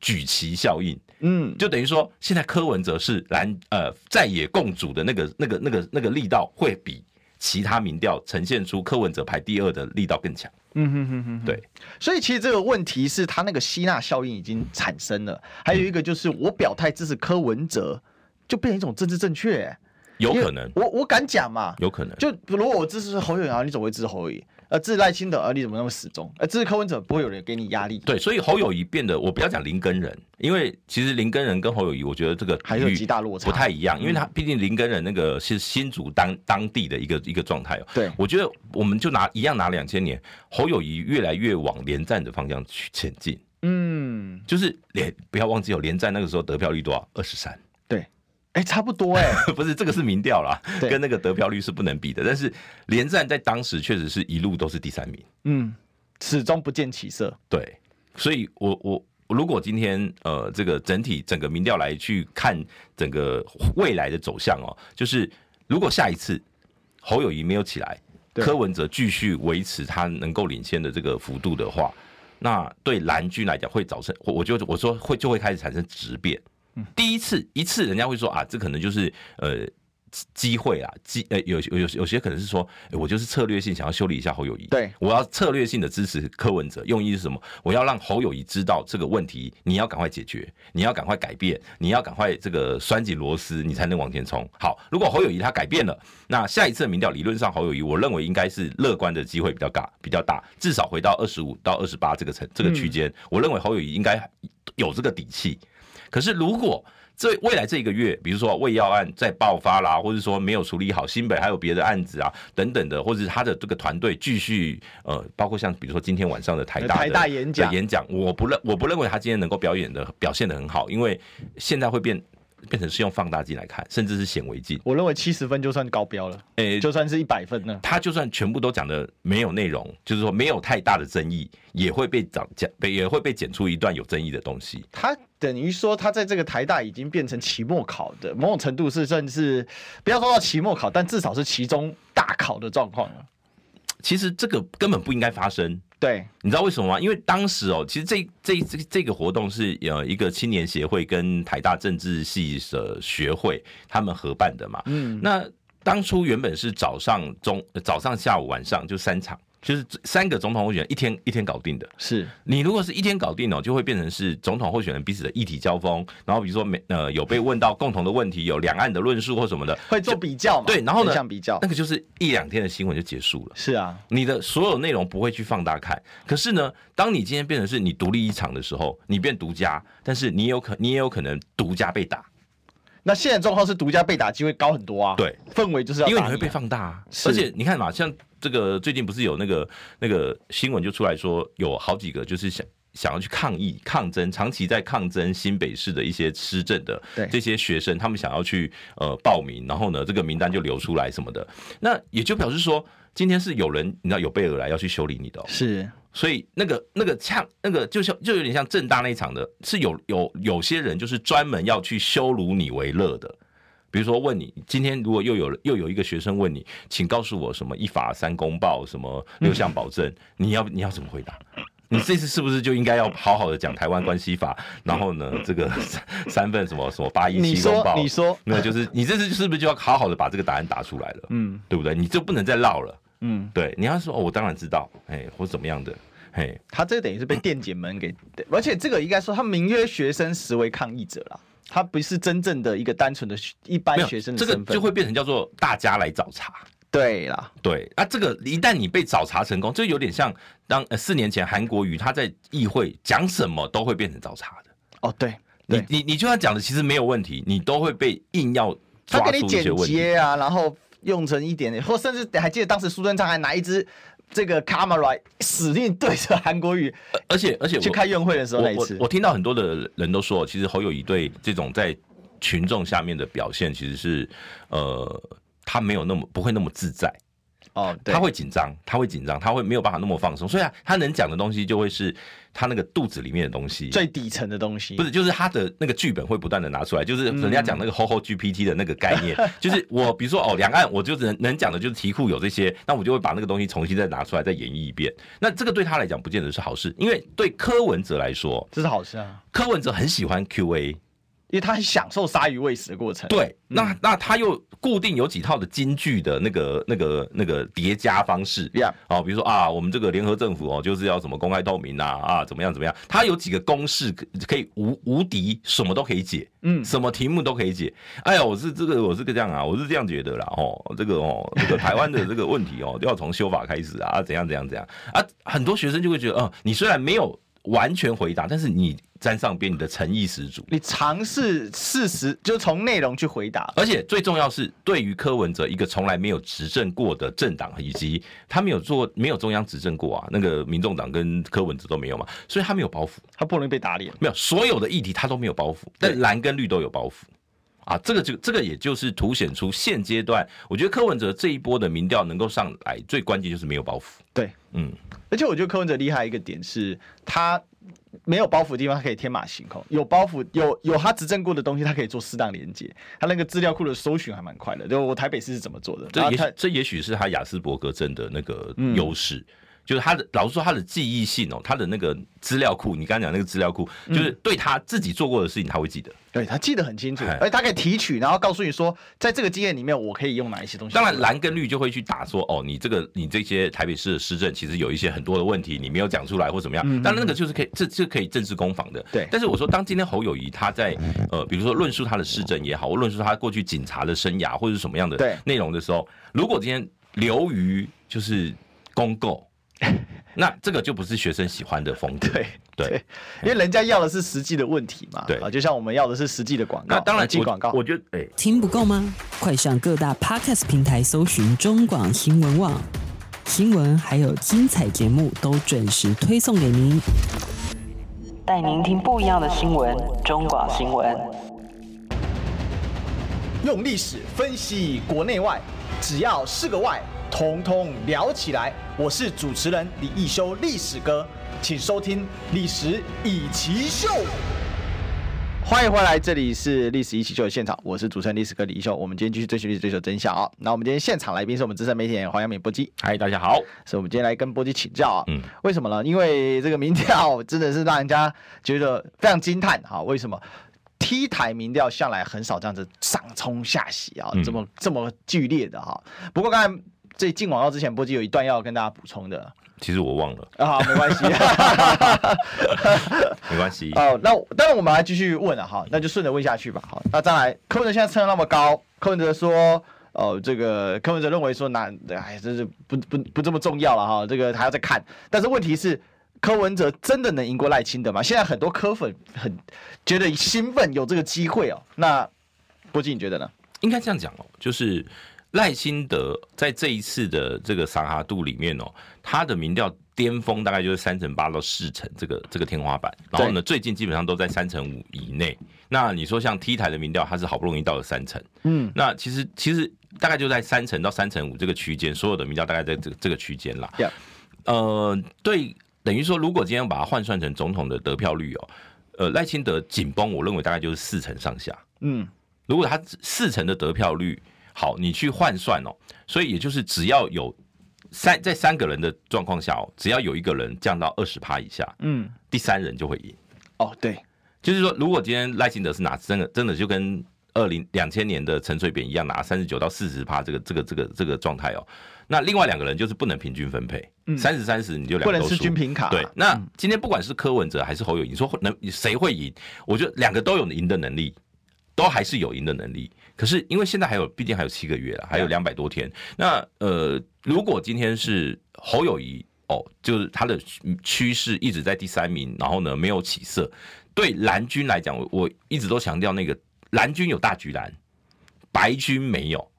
Speaker 2: 举旗效应，
Speaker 1: 嗯，
Speaker 2: 就等于说，现在柯文哲是蓝呃在野共主的那个那个那个那个力道，会比其他民调呈现出柯文哲排第二的力道更强。
Speaker 1: 嗯哼哼哼，
Speaker 2: 对。
Speaker 1: 所以其实这个问题是他那个吸纳效应已经产生了，还有一个就是我表态支持柯文哲，就变成一种政治正确、
Speaker 2: 有
Speaker 1: 因为
Speaker 2: 可能，
Speaker 1: 我我敢讲嘛，
Speaker 2: 有可能，
Speaker 1: 就如果我支持侯友宜，啊你总会支持侯友宜；呃，支持赖清德，啊你怎么那么死忠？呃，支持柯文哲，不会有人给你压力，
Speaker 2: 对，所以侯友谊变得，我不要讲林根人，因为其实林根人跟侯友谊，我觉得这个
Speaker 1: 还有嗯
Speaker 2: 比喻
Speaker 1: 极大落差
Speaker 2: 不太一样，因为他毕竟林根人那个是新竹当当地的一个一个状态哦。
Speaker 1: 对
Speaker 2: 我觉得我们就拿一样拿两千年，侯友谊越来越往连战的方向去前进，
Speaker 1: 嗯，
Speaker 2: 就是连不要忘记哦，连战那个时候得票率多少？二十三。
Speaker 1: 对，哎、差不多哎、
Speaker 2: 不是这个是民调啦，
Speaker 1: 对
Speaker 2: 跟那个得票率是不能比的。但是连战在当时确实是一路都是第三名，
Speaker 1: 嗯，始终不见起色，
Speaker 2: 对，所以我我如果今天呃这个整体整个民调来去看整个未来的走向哦，就是如果下一次侯友谊没有起来，
Speaker 1: 对
Speaker 2: 柯文哲继续维持他能够领先的这个幅度的话，那对蓝军来讲会造成，我我就我说会就会开始产生质变。
Speaker 1: 嗯
Speaker 2: 第一次一次，人家会说啊，这可能就是呃机机会啊，机呃有有有有些可能是说，诶我就是策略性想要修理一下侯友谊，
Speaker 1: 对
Speaker 2: 我要策略性的支持柯文哲，用意是什么？我要让侯友谊知道这个问题，你要赶快解决，你要赶快改变，你要赶快这个拴紧螺丝，你才能往前冲。好，如果侯友谊他改变了，那下一次的民调理论上侯友谊，我认为应该是乐观的机会比较大，比较大，至少回到二十五到二十八这个层这个区间，嗯我认为侯友谊应该有这个底气。可是如果这未来这一个月，比如说胃药案再爆发啦，或者说没有处理好新北还有别的案子啊等等的，或者是他的这个团队继续呃，包括像比如说今天晚上的呃台大的
Speaker 1: 台大演讲
Speaker 2: 的演讲，我不认我不认为他今天能够表演的表现的很好，因为现在会变变成是用放大镜来看，甚至是显微镜。
Speaker 1: 我认为七十分就算高标了，
Speaker 2: 诶
Speaker 1: 就算是一百分呢。
Speaker 2: 他就算全部都讲的没有内容，就是说没有太大的争议，也会被讲讲，被也会被剪出一段有争议的东西。
Speaker 1: 他等于说，他在这个台大已经变成期末考的，某种程度是甚至不要说到期末考，但至少是期中大考的状况了。
Speaker 2: 其实这个根本不应该发生，
Speaker 1: 对，
Speaker 2: 你知道为什么吗？因为当时哦，其实这这这这个活动是呃一个青年协会跟台大政治系的学会他们合办的嘛。嗯，那当初原本是早上中呃早上下午晚上就三场，就是三个总统候选人一天一天搞定的。
Speaker 1: 是
Speaker 2: 你如果是一天搞定哦，就会变成是总统候选人彼此的议题交锋，然后比如说每呃有被问到共同的问题，有两岸的论述或什么的，
Speaker 1: 会做比较嘛？
Speaker 2: 对然后呢
Speaker 1: 像比较
Speaker 2: 那，个就是一两天的新闻就结束了。
Speaker 1: 是啊，
Speaker 2: 你的所有内容不会去放大看。可是呢，当你今天变成是你独立一场的时候，你变独家，但是你有可你也有可能独家被打，
Speaker 1: 那现在状况是独家被打机会高很多啊。
Speaker 2: 对，
Speaker 1: 氛围就是要
Speaker 2: 因为
Speaker 1: 打
Speaker 2: 你会被
Speaker 1: 啊
Speaker 2: 放大、啊。
Speaker 1: 是
Speaker 2: 而且你看嘛，像这个最近不是有那个那个新闻就出来说，有好几个就是想。想要去抗议、抗争，长期在抗争新北市的一些施政的
Speaker 1: 对
Speaker 2: 这些学生，他们想要去呃报名，然后呢，这个名单就流出来什么的，那也就表示说，今天是有人你知道有备而来要去修理你的、哦，
Speaker 1: 是
Speaker 2: 所以那个那个呛那个就像就有点像正大那一场的，是有有有些人就是专门要去羞辱你为乐的。比如说问你，今天如果又有又有一个学生问你，请告诉我什么一法三公报，什么六项保
Speaker 1: 嗯
Speaker 2: 证，你要你要怎么回答？你这次是不是就应该要好好的讲台湾关系法？然后呢，这个三三份什么什么八一
Speaker 1: 你
Speaker 2: 七公
Speaker 1: 说
Speaker 2: 报，
Speaker 1: 你说
Speaker 2: 没有，就是你这次是不是就要好好的把这个答案打出来了？
Speaker 1: 嗯
Speaker 2: 对不对？你就不能再绕了。
Speaker 1: 嗯，
Speaker 2: 对，你要说哦，我当然知道，哎，或怎么样的，哎，
Speaker 1: 他这等于是被电解门给，而且这个应该说他名曰学生，实为抗议者啦。他不是真正的一个单纯的学一般
Speaker 2: 没有
Speaker 1: 学生的
Speaker 2: 这
Speaker 1: 身
Speaker 2: 个
Speaker 1: 份，
Speaker 2: 就会变成叫做大家来找茬。
Speaker 1: 对啦，
Speaker 2: 对啊，这个一旦你被找茬成功，就有点像当呃四年前韩国瑜他在议会讲什么都会变成找茬的。
Speaker 1: 哦对，对
Speaker 2: 你你你就算讲的其实没有问题，你都会被硬要
Speaker 1: 他
Speaker 2: 抓
Speaker 1: 给你
Speaker 2: 住一些
Speaker 1: 剪
Speaker 2: 问题。
Speaker 1: 接啊，然后用成一点点，或甚至还记得当时苏贞昌还拿一支这个 camera 死命对着韩国语
Speaker 2: 呃而且而且我
Speaker 1: 去开院会的时候那
Speaker 2: 我
Speaker 1: 一
Speaker 2: 我
Speaker 1: 次
Speaker 2: 我，听到很多的人都说，其实侯友谊对这种在群众下面的表现，其实是呃他没有那么不会那么自在。
Speaker 1: 哦对，
Speaker 2: 他会紧张，他会紧张，他会没有办法那么放松。所以啊，他能讲的东西就会是他那个肚子里面的东西，
Speaker 1: 最底层的东西，
Speaker 2: 不是就是他的那个剧本会不断的拿出来，就是人家讲那个 “ho ho GPT” 的那个概念，就是我比如说哦，两岸我就能能讲的就是题库有这些，那我就会把那个东西重新再拿出来再演绎一遍。那这个对他来讲不见得是好事，因为对柯文哲来说，
Speaker 1: 这是好事啊，
Speaker 2: 柯文哲很喜欢 QA，
Speaker 1: 因为他很享受鲨鱼喂食的过程，
Speaker 2: 对，那那他又固定有几套的金句的那个那个那个叠加方式
Speaker 1: Yeah
Speaker 2: 哦，比如说啊，我们这个联合政府哦，就是要什么公开透明啊啊，怎么样怎么样，他有几个公式可可以无无敌，什么都可以解，
Speaker 1: 嗯
Speaker 2: 什么题目都可以解。哎呀，我是这个我是个这样啊，我是这样觉得啦哦，这个哦这个台湾的这个问题哦，要从修法开始啊，怎样怎样怎样啊，很多学生就会觉得，哦、你虽然没有完全回答，但是你沾上边，你的诚意十足。
Speaker 1: 你尝试事实，就从内容去回答，
Speaker 2: 而且最重要是，对于柯文哲一个从来没有执政过的政党，以及他没有做没有中央执政过啊，那个民众党跟柯文哲都没有嘛，所以他没有包袱，
Speaker 1: 他不容易被打脸。
Speaker 2: 没有所有的议题他都没有包袱，但蓝跟绿都有包袱。啊，这个就这个也就是凸显出现阶段，我觉得柯文哲这一波的民调能够上来，最关键就是没有包袱。
Speaker 1: 对，
Speaker 2: 嗯，
Speaker 1: 而且我觉得柯文哲厉害一个点是，他没有包袱的地方，它可以天马行空；有包袱、有有他执政过的东西，它可以做适当连接。他那个资料库的搜寻还蛮快的，就我台北市是怎么做的。然
Speaker 2: 这
Speaker 1: 后
Speaker 2: 也
Speaker 1: 他嗯
Speaker 2: 许这也许是他雅斯伯格症的那个优势。就是他的，老实说，他的记忆性哦，他的那个资料库，你刚刚讲那个资料库，
Speaker 1: 嗯
Speaker 2: 就是对他自己做过的事情，他会记得。
Speaker 1: 对他记得很清楚
Speaker 2: 哎，
Speaker 1: 而且他可以提取，然后告诉你说，在这个经验里面，我可以用哪一些东西。
Speaker 2: 当然，蓝跟绿就会去打说，哦，你这个你这些台北市的市政，其实有一些很多的问题，你没有讲出来或怎么样。当然，那个就是可以，这这可以政治攻防的。
Speaker 1: 嗯对
Speaker 2: 但是我说，当今天侯友谊他在呃，比如说论述他的市政也好，或论述他过去警察的生涯或者是什么样
Speaker 1: 对
Speaker 2: 的内容的时候，如果今天流于就是 公购，那这个就不是学生喜欢的风格。
Speaker 1: 对
Speaker 2: 对
Speaker 1: 对， 因为人家要的是实际的问题嘛，
Speaker 2: 对
Speaker 1: 啊，就像我们要的是实际的广告，
Speaker 2: 那当然
Speaker 1: 进广告
Speaker 2: 我，我觉得哎。
Speaker 3: 听不够吗？快上各大 podcast 平台搜寻中广新闻网，新闻还有精彩节目都准时推送给您，带您听不一样的新闻。中广新闻，
Speaker 1: 用历史分析国内外，只要是个“外”，统统聊起来。我是主持人李一修，历史哥，请收听《历史以奇秀》。欢迎回来，这里是《历史一起秀》的现场，我是主持人历史哥李一修。我们今天继续追寻历史，追求真相啊、那我们今天现场来宾是我们资深媒体人黄阳明波基，
Speaker 2: 嗨，大家好。
Speaker 1: 所以我们今天来跟波基请教啊、
Speaker 2: 嗯
Speaker 1: 为什么呢？因为这个民调真的是让人家觉得非常惊叹啊！为什么？T 台民调向来很少这样子上冲下洗啊，
Speaker 2: 嗯
Speaker 1: 这么这么剧烈的哈、不过刚才这进广告之前，波基有一段要跟大家补充的
Speaker 2: 其实我忘了，
Speaker 1: 啊，没关系。
Speaker 2: 没关系。
Speaker 1: 哦，那我当然我们还继续问了哈，那就顺着问下去吧。好，那再来，柯文哲现在蹭那么高，柯文哲说。哦，这个柯文哲认为说哪，哎，这是不不不这么重要了哈，这个还要再看。但是问题是，柯文哲真的能赢过赖清德吗？现在很多柯粉很觉得兴奋，有这个机会哦。那波基你觉得呢？
Speaker 2: 应该这样讲哦，就是赖清德在这一次的这个撒哈度里面哦，他的民调巅峰大概就是三成八到四成这个这个天花板，然后呢，最近基本上都在三成五以内。那你说像 T 台的民调，它是好不容易到了三成，
Speaker 1: 嗯，
Speaker 2: 那其实其实大概就在三成到三成五这个区间，所有的民调大概在这个这个区间啦。
Speaker 1: Yeah
Speaker 2: 呃，对，等于说如果今天把它换算成总统的得票率哦，呃，赖清德紧绷，我认为大概就是四成上下。
Speaker 1: 嗯，
Speaker 2: 如果他四成的得票率，好，你去换算哦，所以也就是只要有三在三个人的状况下哦，只要有一个人降到二十趴以下，
Speaker 1: 嗯，
Speaker 2: 第三人就会赢。
Speaker 1: 哦，对，
Speaker 2: 就是说，如果今天赖清德是拿真的真的就跟二零两千年的陈水扁一样拿三十九到四十趴这个这个这个这个状态哦，那另外两个人就是不能平均分配，三十三十你就两
Speaker 1: 嗯不
Speaker 2: 个
Speaker 1: 能
Speaker 2: 都
Speaker 1: 是
Speaker 2: 输
Speaker 1: 均。平卡。啊嗯
Speaker 2: 对，那今天不管是柯文哲还是侯友宜，你说会能谁会赢？我觉得两个都有赢的能力，都还是有赢的能力。可是因为现在还有，毕竟还有七个月了，啊还有两百多天。那呃，如果今天是侯友宜哦，就是他的趋势一直在第三名，然后呢没有起色，对蓝军来讲，我我一直都强调那个蓝军有大局蓝，白军没有。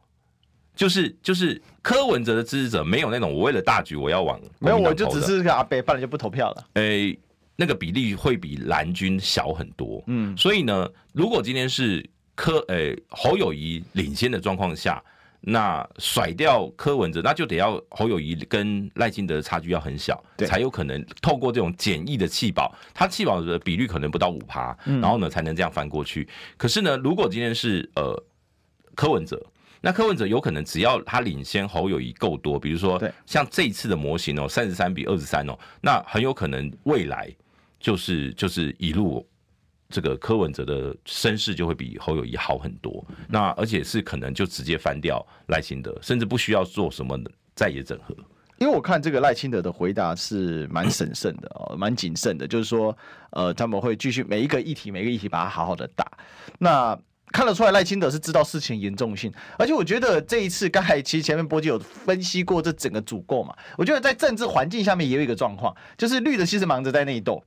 Speaker 2: 就是就是柯文哲的支持者没有那种我为了大局我要往
Speaker 1: 没有，
Speaker 2: 国
Speaker 1: 我
Speaker 2: 民党
Speaker 1: 就
Speaker 2: 投
Speaker 1: 只
Speaker 2: 的
Speaker 1: 是个阿北，不然就不投票了。
Speaker 2: 诶、呃那个比例会比蓝军小很多。
Speaker 1: 嗯
Speaker 2: 所以呢，如果今天是柯诶、侯友谊领先的状况下，那甩掉柯文哲，那就得要侯友谊跟赖清德的差距要很小，
Speaker 1: 对
Speaker 2: 才有可能透过这种简易的弃保，他弃保的比率可能不到五趴，
Speaker 1: 嗯
Speaker 2: 然后呢才能这样翻过去。可是呢，如果今天是呃柯文哲。那柯文哲有可能只要他领先侯友谊够多，比如说
Speaker 1: 对
Speaker 2: 像这一次的模型哦，三十三比二十三哦，那很有可能未来就是就是一路这个柯文哲的身世就会比侯友谊好很多。那而且是可能就直接翻掉赖清德，甚至不需要做什么在野整合。
Speaker 1: 因为我看这个赖清德的回答是蛮审慎的哦，蛮谨慎的，就是说，呃，他们会继续每一个议题，每一个议题把它好好的打。那看得出来，赖清德是知道事情的严重性，而且我觉得这一次，刚才其实前面波基有分析过这整个组构嘛，我觉得在政治环境下面也有一个状况，就是绿的其实忙着在内斗。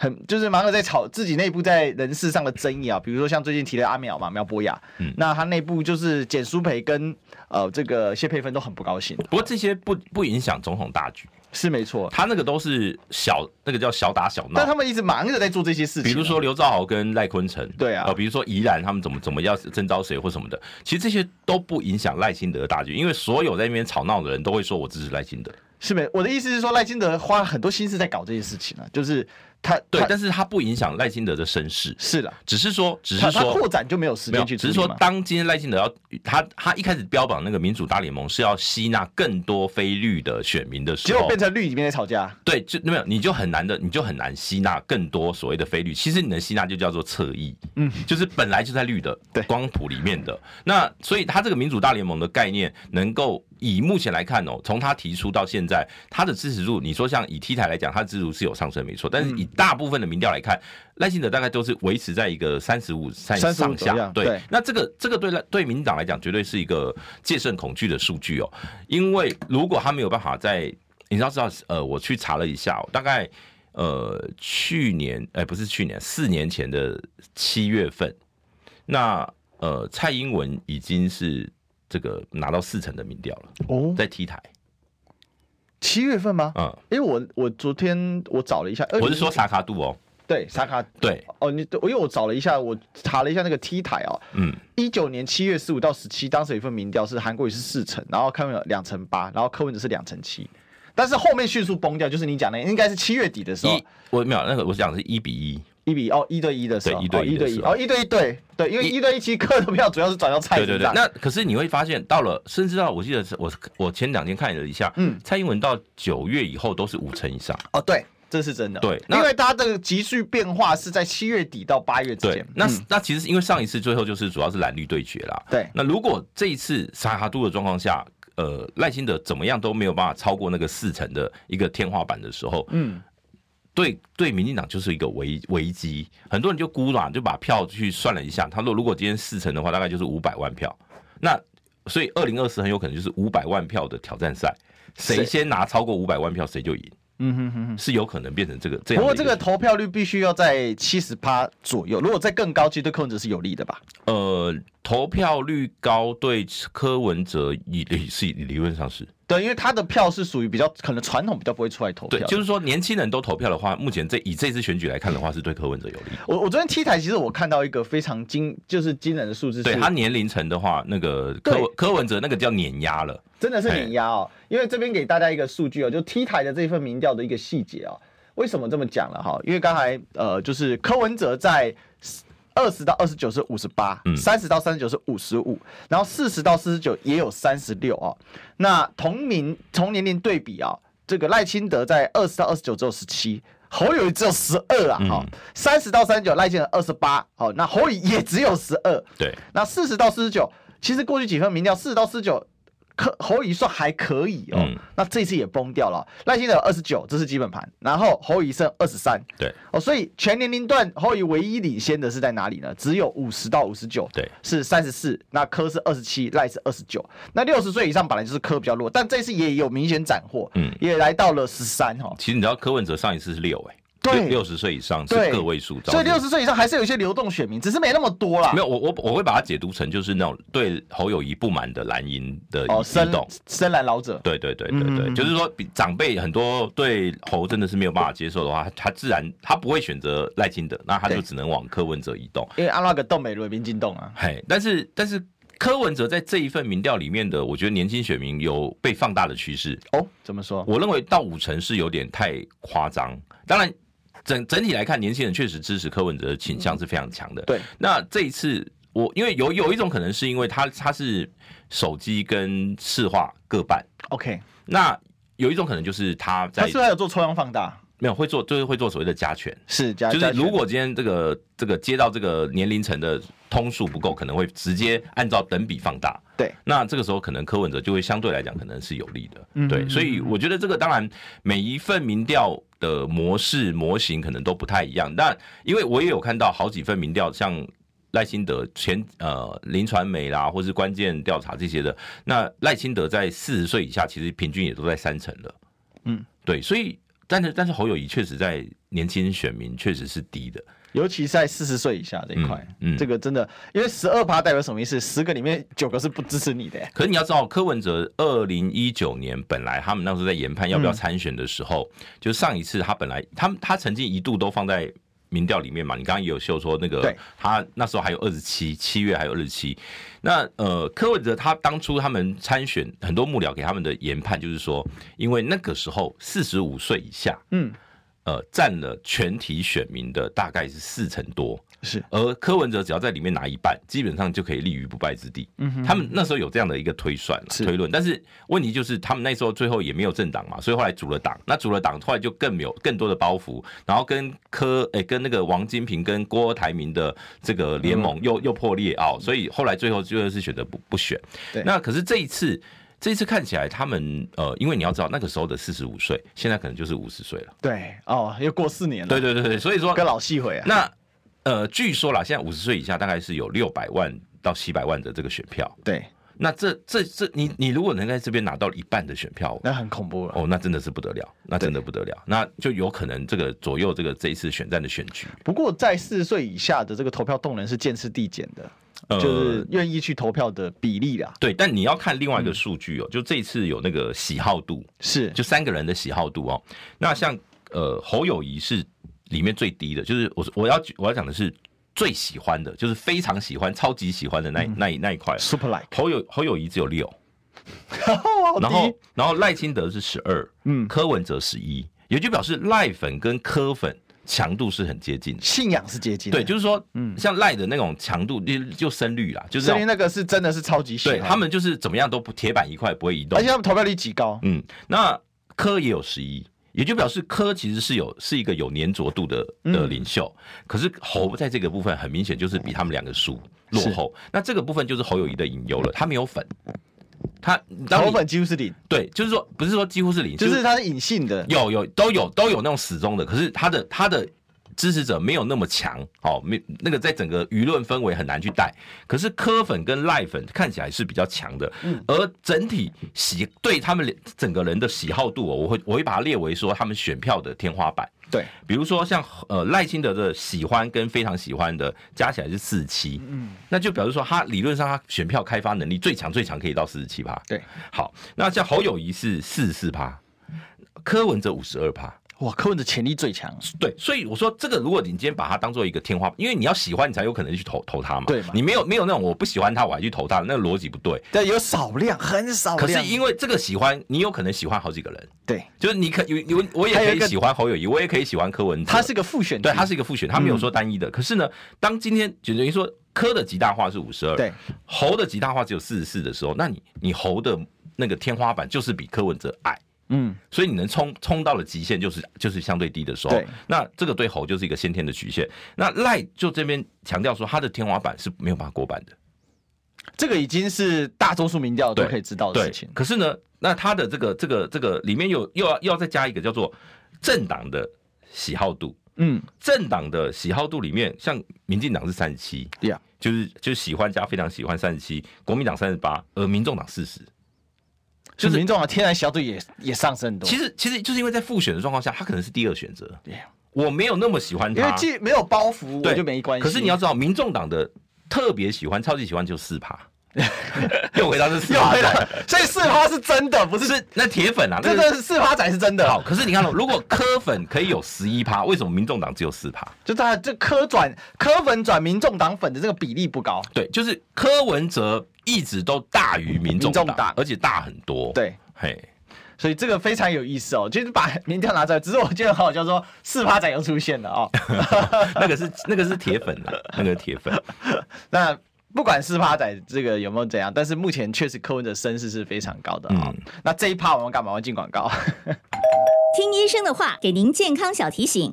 Speaker 1: 很就是忙着在吵自己内部在人事上的争议啊，比如说像最近提的阿淼嘛，苗博雅，
Speaker 2: 嗯
Speaker 1: 那他内部就是简淑培跟呃这个谢佩芬都很不高兴，
Speaker 2: 不过这些不不影响总统大局，
Speaker 1: 是没错。
Speaker 2: 他那个都是小那个叫小打小闹
Speaker 1: 但。他们一直忙着在做这些事情啊、
Speaker 2: 比如说刘兆豪跟赖坤城，
Speaker 1: 对啊
Speaker 2: 呃，比如说宜兰他们怎么怎么要征召谁或什么的，其实这些都不影响赖清德的大局，因为所有在那边吵闹的人都会说我支持赖清德，
Speaker 1: 是没，我的意思是说，赖清德花了很多心思在搞这件事情啊，就是他
Speaker 2: 对
Speaker 1: 他，
Speaker 2: 但是它不影响赖清德的身世，
Speaker 1: 是了，
Speaker 2: 只是说，只
Speaker 1: 他
Speaker 2: 是
Speaker 1: 他
Speaker 2: 说
Speaker 1: 扩展就没有时
Speaker 2: 没有，
Speaker 1: 间去处
Speaker 2: 只
Speaker 1: 理
Speaker 2: 是说
Speaker 1: 嘛，
Speaker 2: 当今天赖清德要他他一开始标榜那个民主大联盟是要吸纳更多非绿的选民的时
Speaker 1: 结果
Speaker 2: 候
Speaker 1: 变。成绿里面在吵架，
Speaker 2: 对，就没有，你就很难的，你就很难吸纳更多所谓的非绿。其实你能吸纳就叫做侧翼，嗯，就是本来就在绿的
Speaker 1: 对
Speaker 2: 光谱里面的。那所以他这个民主大联盟的概念，能够以目前来看哦，从他提出到现在，他的支持度，你说像以 T 台来讲，他的支持度是有上升没错，但是以大部分的民调来看，赖清德大概都是维持在一个三十五、三
Speaker 1: 35
Speaker 2: 上
Speaker 1: 左
Speaker 2: 下
Speaker 1: 右，对
Speaker 2: 对，那这个这个对对民进党来讲，绝对是一个戒慎恐惧的数据哦，因为如果他没有办法在，你要知道，呃，我去查了一下、哦，大概呃去年，哎、不是去年，四年前的七月份，那呃蔡英文已经是这个拿到四成的民调了，
Speaker 1: 哦，
Speaker 2: 在 T 台，
Speaker 1: 七月份吗？
Speaker 2: 嗯，
Speaker 1: 因为我我昨天我找了一下，20
Speaker 2: 我是说查卡度哦，
Speaker 1: 对萨卡
Speaker 2: 对，
Speaker 1: 哦，你对，因为我找了一下，我查了一下那个 T 台哦，
Speaker 2: 嗯，
Speaker 1: 一九年七月十五到十七，当时有一份民调是韩国瑜是四成，然后柯文哲两成八，然后柯文哲是两成七，但是后面迅速崩掉，就是你讲的，应该是七月底的时候
Speaker 2: 一，我没有那个，我讲的是一比一，
Speaker 1: 一比哦一对一的时候，
Speaker 2: 对一对
Speaker 1: 哦
Speaker 2: 一
Speaker 1: 一
Speaker 2: 的
Speaker 1: 对一
Speaker 2: 时候
Speaker 1: 哦一对一对对，因为
Speaker 2: 一
Speaker 1: 一对一其实柯的票主要是转到蔡
Speaker 2: 对
Speaker 1: 身
Speaker 2: 对
Speaker 1: 上，
Speaker 2: 对，那可是你会发现，到了甚至到我记得是我我前两天看了一下，
Speaker 1: 嗯
Speaker 2: 蔡英文到九月以后都是五成以上，
Speaker 1: 哦对，这是真的，
Speaker 2: 对那
Speaker 1: 因为它的急速变化是在七月底到八月之
Speaker 2: 对
Speaker 1: 间，，
Speaker 2: 那、
Speaker 1: 嗯
Speaker 2: 那其实是因为上一次最后就是主要是蓝绿对决啦，
Speaker 1: 对
Speaker 2: 那如果这一次沙哈杜的状况下，呃，赖清德怎么样都没有办法超过那个四成的一个天花板的时候，
Speaker 1: 嗯，
Speaker 2: 对对，民进党就是一个危危机，很多人就估啦，就把票去算了一下，他说如果今天四成的话，大概就是五百万票，那所以二零二四很有可能就是五百万票的挑战赛，谁
Speaker 1: 谁
Speaker 2: 先拿超过五百万票谁就赢，
Speaker 1: 嗯哼哼哼。
Speaker 2: 是有可能变成这个这样
Speaker 1: 不过
Speaker 2: 的一
Speaker 1: 这
Speaker 2: 情况。
Speaker 1: 个投票率必须要在七十趴左右，如果再更高，其实对柯文哲是有利的吧？
Speaker 2: 呃，投票率高对柯文哲理理是理论上是
Speaker 1: 对，因为他的票是属于比较可能传统比较不会出来投票
Speaker 2: 对
Speaker 1: 的。，
Speaker 2: 就是说年轻人都投票的话，目前这以这次选举来看的话，是对柯文哲有利。
Speaker 1: 我我昨天 T 台，其实我看到一个非常惊，就是惊人的数字是，
Speaker 2: 对他年龄层的话，那个柯
Speaker 1: 对
Speaker 2: 柯文哲那个叫碾压了，
Speaker 1: 真的是碾压哦。因为这边给大家一个数据哦，就 T 台的这份民调的一个细节哦。为什么这么讲了哈？因为刚才呃，就是柯文哲在二十到二十九是五十八，
Speaker 2: 嗯
Speaker 1: 三十到三十九是五十五，然后四十到四十九也有三十六哦。那同名同年龄对比啊、这个赖清德在二十到二十九只有十七。侯友谊只有十二啊，好、三十到三十九，赖清德二十八，好，那侯友宜也只有十二，
Speaker 2: 对。
Speaker 1: 那四十到四十九，其实过去几份民调，四十到四十九，柯侯乙算还可以哦。
Speaker 2: 嗯
Speaker 1: 那这次也崩掉了，赖清德二十九，这是基本盘，然后侯乙剩二十三
Speaker 2: 对
Speaker 1: 哦，所以全年龄段侯乙唯一领先的是在哪里呢？只有五十到五十九，
Speaker 2: 对，
Speaker 1: 是三十四，那柯是二十七，赖是二十九，那六十岁以上本来就是柯比较弱，但这次也有明显斩获，
Speaker 2: 嗯
Speaker 1: 也来到了十三哦。
Speaker 2: 其实你知道柯文哲上一次是六哎、
Speaker 1: 对
Speaker 2: 六十岁以上是
Speaker 1: 对
Speaker 2: 个位数，
Speaker 1: 所以
Speaker 2: 早
Speaker 1: 六
Speaker 2: 就
Speaker 1: 十岁以上还是有一些流动选民，只是没那么多啦。
Speaker 2: 嗯没有我我我会把它解读成就是那种对侯友谊不满的蓝营的
Speaker 1: 哦，
Speaker 2: 移
Speaker 1: 深
Speaker 2: 动。
Speaker 1: 深蓝老者，
Speaker 2: 对对对对对，
Speaker 1: 嗯
Speaker 2: 就是说，比长辈很多对侯真的是没有办法接受的话，他他自然他不会选择赖清德，那他就
Speaker 1: 对
Speaker 2: 只能往柯文哲移动。
Speaker 1: 因为阿拉格动美伦民进动啊。
Speaker 2: 嘿，但是但是柯文哲在这一份民调里面的，我觉得年轻选民有被放大的趋势。
Speaker 1: 哦，怎么说？
Speaker 2: 我认为到五成是有点太夸张。当然，整整体来看，年轻人确实支持柯文哲的倾向是非常强的。
Speaker 1: 对，
Speaker 2: 那这一次我因为有有一种可能是因为他他是手机跟市话各半，
Speaker 1: OK，
Speaker 2: 那有一种可能就是他
Speaker 1: 他
Speaker 2: 在
Speaker 1: 是不是啊还有做抽样放大？
Speaker 2: 没有会做就是会做所谓的加权。
Speaker 1: 是加
Speaker 2: 就是如果今天这个这个接到这个年龄层的通数不够，可能会直接按照等比放大。
Speaker 1: 对，
Speaker 2: 那这个时候可能柯文哲就会相对来讲可能是有利的，
Speaker 1: 嗯
Speaker 2: 对，所以我觉得这个当然每一份民调的模式模型可能都不太一样，但因为我也有看到好几份民调，像赖清德前呃林传媒啦，或是关键调查这些的，那赖清德在四十岁以下其实平均也都在三成了，
Speaker 1: 嗯，
Speaker 2: 对，所以但是但是侯友谊确实在年轻选民确实是低的，
Speaker 1: 尤其在四十岁以下这一块，
Speaker 2: 嗯嗯
Speaker 1: 这个真的，因为十二趴代表什么意思？十个里面九个是不支持你的、
Speaker 2: 可是你要知道，柯文哲二零一九年本来他们那时候在研判要不要参选的时候，就上一次他本来他们他曾经一度都放在民调里面嘛，你刚刚也有秀说那个
Speaker 1: 对
Speaker 2: 他那时候还有二十七，七月还有二十七。那呃，柯文哲他当初他们参选很多幕僚给他们的研判就是说，因为那个时候四十五岁以下，
Speaker 1: 嗯，
Speaker 2: 呃，占了全体选民的大概是四成多，
Speaker 1: 是
Speaker 2: 而柯文哲只要在里面拿一半，基本上就可以立于不败之地。嗯他们那时候有这样的一个推算、啊
Speaker 1: 是
Speaker 2: 推论，但是问题就是他们那时候最后也没有政党嘛，所以后来组了党，那组了党后来就更没有更多的包袱，然后跟柯诶、跟那个王金平跟郭台铭的这个
Speaker 1: 嗯
Speaker 2: 联盟又、又破裂啊、哦，所以后来最后就是选择不不选。
Speaker 1: 对
Speaker 2: 那可是这一次。这一次看起来，他们呃，因为你要知道，那个时候的四十五岁，现在可能就是五十岁了。
Speaker 1: 对哦，又过四年了，
Speaker 2: 对，对对对，所以说
Speaker 1: 跟老戏回啊，
Speaker 2: 那呃，据说啦，现在五十岁以下大概是有六百万到七百万的这个选票。
Speaker 1: 对，
Speaker 2: 那这这这，你你如果能在这边拿到一半的选票，
Speaker 1: 那很恐怖啊了。
Speaker 2: 哦，那真的是不得了，那真的不得了，那就有可能这个左右这个这一次选战的选举。
Speaker 1: 不过，在四十岁以下的这个投票动能是渐次递减的，
Speaker 2: 呃
Speaker 1: 就是愿意去投票的比例啦。
Speaker 2: 对，但你要看另外一个数据哦，就这一次有那个喜好度，
Speaker 1: 是，
Speaker 2: 就三个人的喜好度哦。那像呃侯友谊是里面最低的，就是我我要我要讲的是最喜欢的，就是非常喜欢、超级喜欢的那一那一那一块哦。
Speaker 1: super like，
Speaker 2: 侯友侯友谊只 有六，
Speaker 1: 哇
Speaker 2: 然
Speaker 1: 好
Speaker 2: 后
Speaker 1: 低
Speaker 2: 然后赖清德是十二，
Speaker 1: 嗯
Speaker 2: 柯文哲十一，也就表示赖粉跟柯粉强度是很接近的。
Speaker 1: 信仰是接近的，
Speaker 2: 对，就是说，像赖的那种强度，就就深绿啦，就是
Speaker 1: 所
Speaker 2: 那
Speaker 1: 以
Speaker 2: 种
Speaker 1: 那个是真的是超级喜
Speaker 2: 对
Speaker 1: 欢
Speaker 2: 他，们就是怎么样都不铁板一块，不会移动
Speaker 1: 而且。他们投票率极高，
Speaker 2: 嗯，那柯也有十一，也就表示柯其实是有是一个有粘着度的
Speaker 1: 嗯
Speaker 2: 的领袖，可是侯在这个部分很明显就是比他们两个输落后，那这个部分就是侯友谊的隐忧了，他没有粉，他当
Speaker 1: 投
Speaker 2: 你
Speaker 1: 粉几乎是零，
Speaker 2: 对，就是说不是说几乎是零，
Speaker 1: 就是它是隐性的，
Speaker 2: 有有都有都有那种死忠的，可是他的他的支持者没有那么强哦，没那个在整个舆论氛围很难去带。可是柯粉跟赖粉看起来是比较强的，而整体喜对他们整个人的喜好度、哦，我会我会把它列为说他们选票的天花板。
Speaker 1: 对，
Speaker 2: 比如说像呃赖清德的喜欢跟非常喜欢的加起来是四十七，嗯，那就表示说他理论上他选票开发能力最强最强可以到四十七趴，
Speaker 1: 对，
Speaker 2: 好，那像侯友谊是四十四趴，柯文哲五十二趴，
Speaker 1: 哇，柯文的潜力最强，
Speaker 2: 对，所以我说这个，如果你今天把它当做一个天花板，因为你要喜欢你才有可能去投投他嘛，
Speaker 1: 对嘛
Speaker 2: 你没有没有那种我不喜欢他我还去投他，那个逻辑不对。
Speaker 1: 但有少量，很少
Speaker 2: 可
Speaker 1: 量，
Speaker 2: 是因为这个喜欢，你有可能喜欢好几个人，
Speaker 1: 对，
Speaker 2: 就是你可有有我也
Speaker 1: 还有
Speaker 2: 可
Speaker 1: 一
Speaker 2: 以
Speaker 1: 个
Speaker 2: 喜欢侯友谊，我也可以喜欢柯文哲，
Speaker 1: 它是个复选
Speaker 2: 对，
Speaker 1: 区
Speaker 2: 它是一个复选，它没有说单一
Speaker 1: 嗯
Speaker 2: 的。可是呢，当今天就等于说科的极大化是五十二，
Speaker 1: 对，
Speaker 2: 猴的极大化只有四十四的时候，那你你猴的那个天花板就是比柯文哲矮。
Speaker 1: 嗯，
Speaker 2: 所以你能冲冲到了极限，就是就是相对低的时候
Speaker 1: 对，
Speaker 2: 那这个对猴就是一个先天的局限。那赖就这边强调说，他的天花板是没有办法过半的，
Speaker 1: 这个已经是大多数民调都
Speaker 2: 对
Speaker 1: 可以知道的
Speaker 2: 对
Speaker 1: 事情，。
Speaker 2: 可是呢，那他的这个这个这个里面有又要又要再加一个叫做政党的喜好度，
Speaker 1: 嗯，
Speaker 2: 政党的喜好度里面，像民进党是三十七，
Speaker 1: 对呀，
Speaker 2: 就是就是喜欢加非常喜欢三十七，国民党三十八，而民众党四十。
Speaker 1: 就是民众啊，天然小度也也上升很多，
Speaker 2: 其实其实就是因为在复选的状况下，他可能是第二选择。
Speaker 1: Yeah
Speaker 2: 我没有那么喜欢
Speaker 1: 因为
Speaker 2: 他，
Speaker 1: 既没有包袱，我
Speaker 2: 对
Speaker 1: 就没关系。
Speaker 2: 可是你要知道，民众党的特别喜欢、超级喜欢就四 趴，又回到这四
Speaker 1: 又
Speaker 2: 趴
Speaker 1: 回来
Speaker 2: 仔，
Speaker 1: 了，所以四趴是真的，不是
Speaker 2: 是那铁粉啊，
Speaker 1: 这
Speaker 2: 那
Speaker 1: 个是四趴仔是真的。
Speaker 2: 好。可是你看到，哦如果柯粉可以有十一趴，为什么民众党只有四趴？
Speaker 1: 就他这科转科粉转民众党粉的这个比例不高，
Speaker 2: 对，就是柯文哲一直都大于民众
Speaker 1: 民众党
Speaker 2: 党，而且大很多。
Speaker 1: 对，
Speaker 2: 嘿，
Speaker 1: 所以这个非常有意思哦，就是把民调拿出来。只是我觉得很好笑，说四趴仔又出现了哦。
Speaker 2: 那个是那个是铁粉啊，那个是铁粉。
Speaker 1: 那不管四趴仔这个有没有怎样，但是目前确实柯文哲声势是非常高的啊、
Speaker 2: 嗯
Speaker 1: 那这一趴我们干嘛要进广告？
Speaker 4: 听医生的话，给您健康小提醒。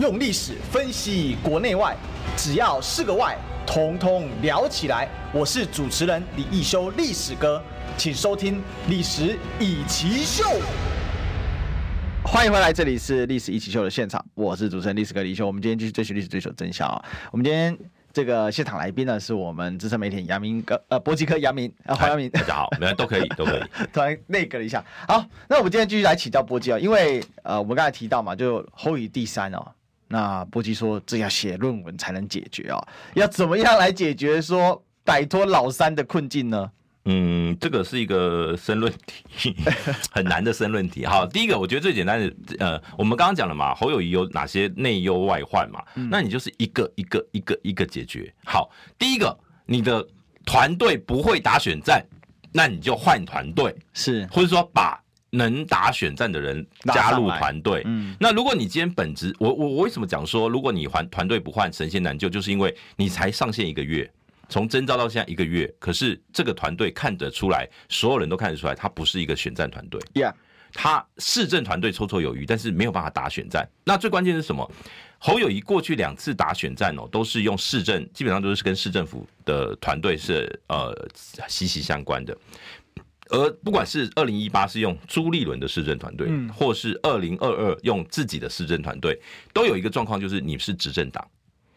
Speaker 1: 用历史分析国内外，只要是个“外”，统统聊起来。我是主持人李一修，历史哥，请收听《历史以奇秀》。欢迎回来，这里是《历史一起秀》的现场，我是主持人历史哥李修。我们今天继续追寻历史，追求真相啊、我们今天这个现场来宾呢是我们资深媒体杨明哥，呃，博吉科杨明，呃，黄
Speaker 2: 哎
Speaker 1: 杨明。
Speaker 2: 大家好，没有都可以，都可以。
Speaker 1: 突然那个了一下。好，那我们今天继续来请教波基哦，因为呃，我们刚才提到嘛，就后语第三哦。那波基说，这要写论文才能解决哦，要怎么样来解决说摆脱老三的困境呢？
Speaker 2: 嗯，这个是一个申论题，很难的申论题。
Speaker 1: 嗯
Speaker 2: 好，第一个我觉得最简单的，呃，我们刚刚讲了嘛，侯友谊有哪些内忧外患嘛？
Speaker 1: 嗯
Speaker 2: 那你就是一个一个一个一个解决。好，第一个，你的团队不会打选战，那你就换团队，
Speaker 1: 是
Speaker 2: 或者说把能打选战的人
Speaker 1: 拉上
Speaker 2: 加入
Speaker 1: 来
Speaker 2: 团队。
Speaker 1: 嗯，
Speaker 2: 那如果你今天本职，我我我为什么讲说，如果你团团队不换，神仙难救，就是因为你才上线一个月，从征召到现在一个月，可是这个团队看得出来，所有人都看得出来，他不是一个选战团队，
Speaker 1: ，Yeah，
Speaker 2: 他市政团队绰绰有余，但是没有办法打选战。那最关键是什么？侯友谊过去两次打选战哦，都是用市政，基本上都是跟市政府的团队是呃息息相关的。而不管是二零一八是用朱立伦的市政团队，
Speaker 1: 嗯
Speaker 2: 或是二零二二用自己的市政团队，都有一个状况，就是你是执政党，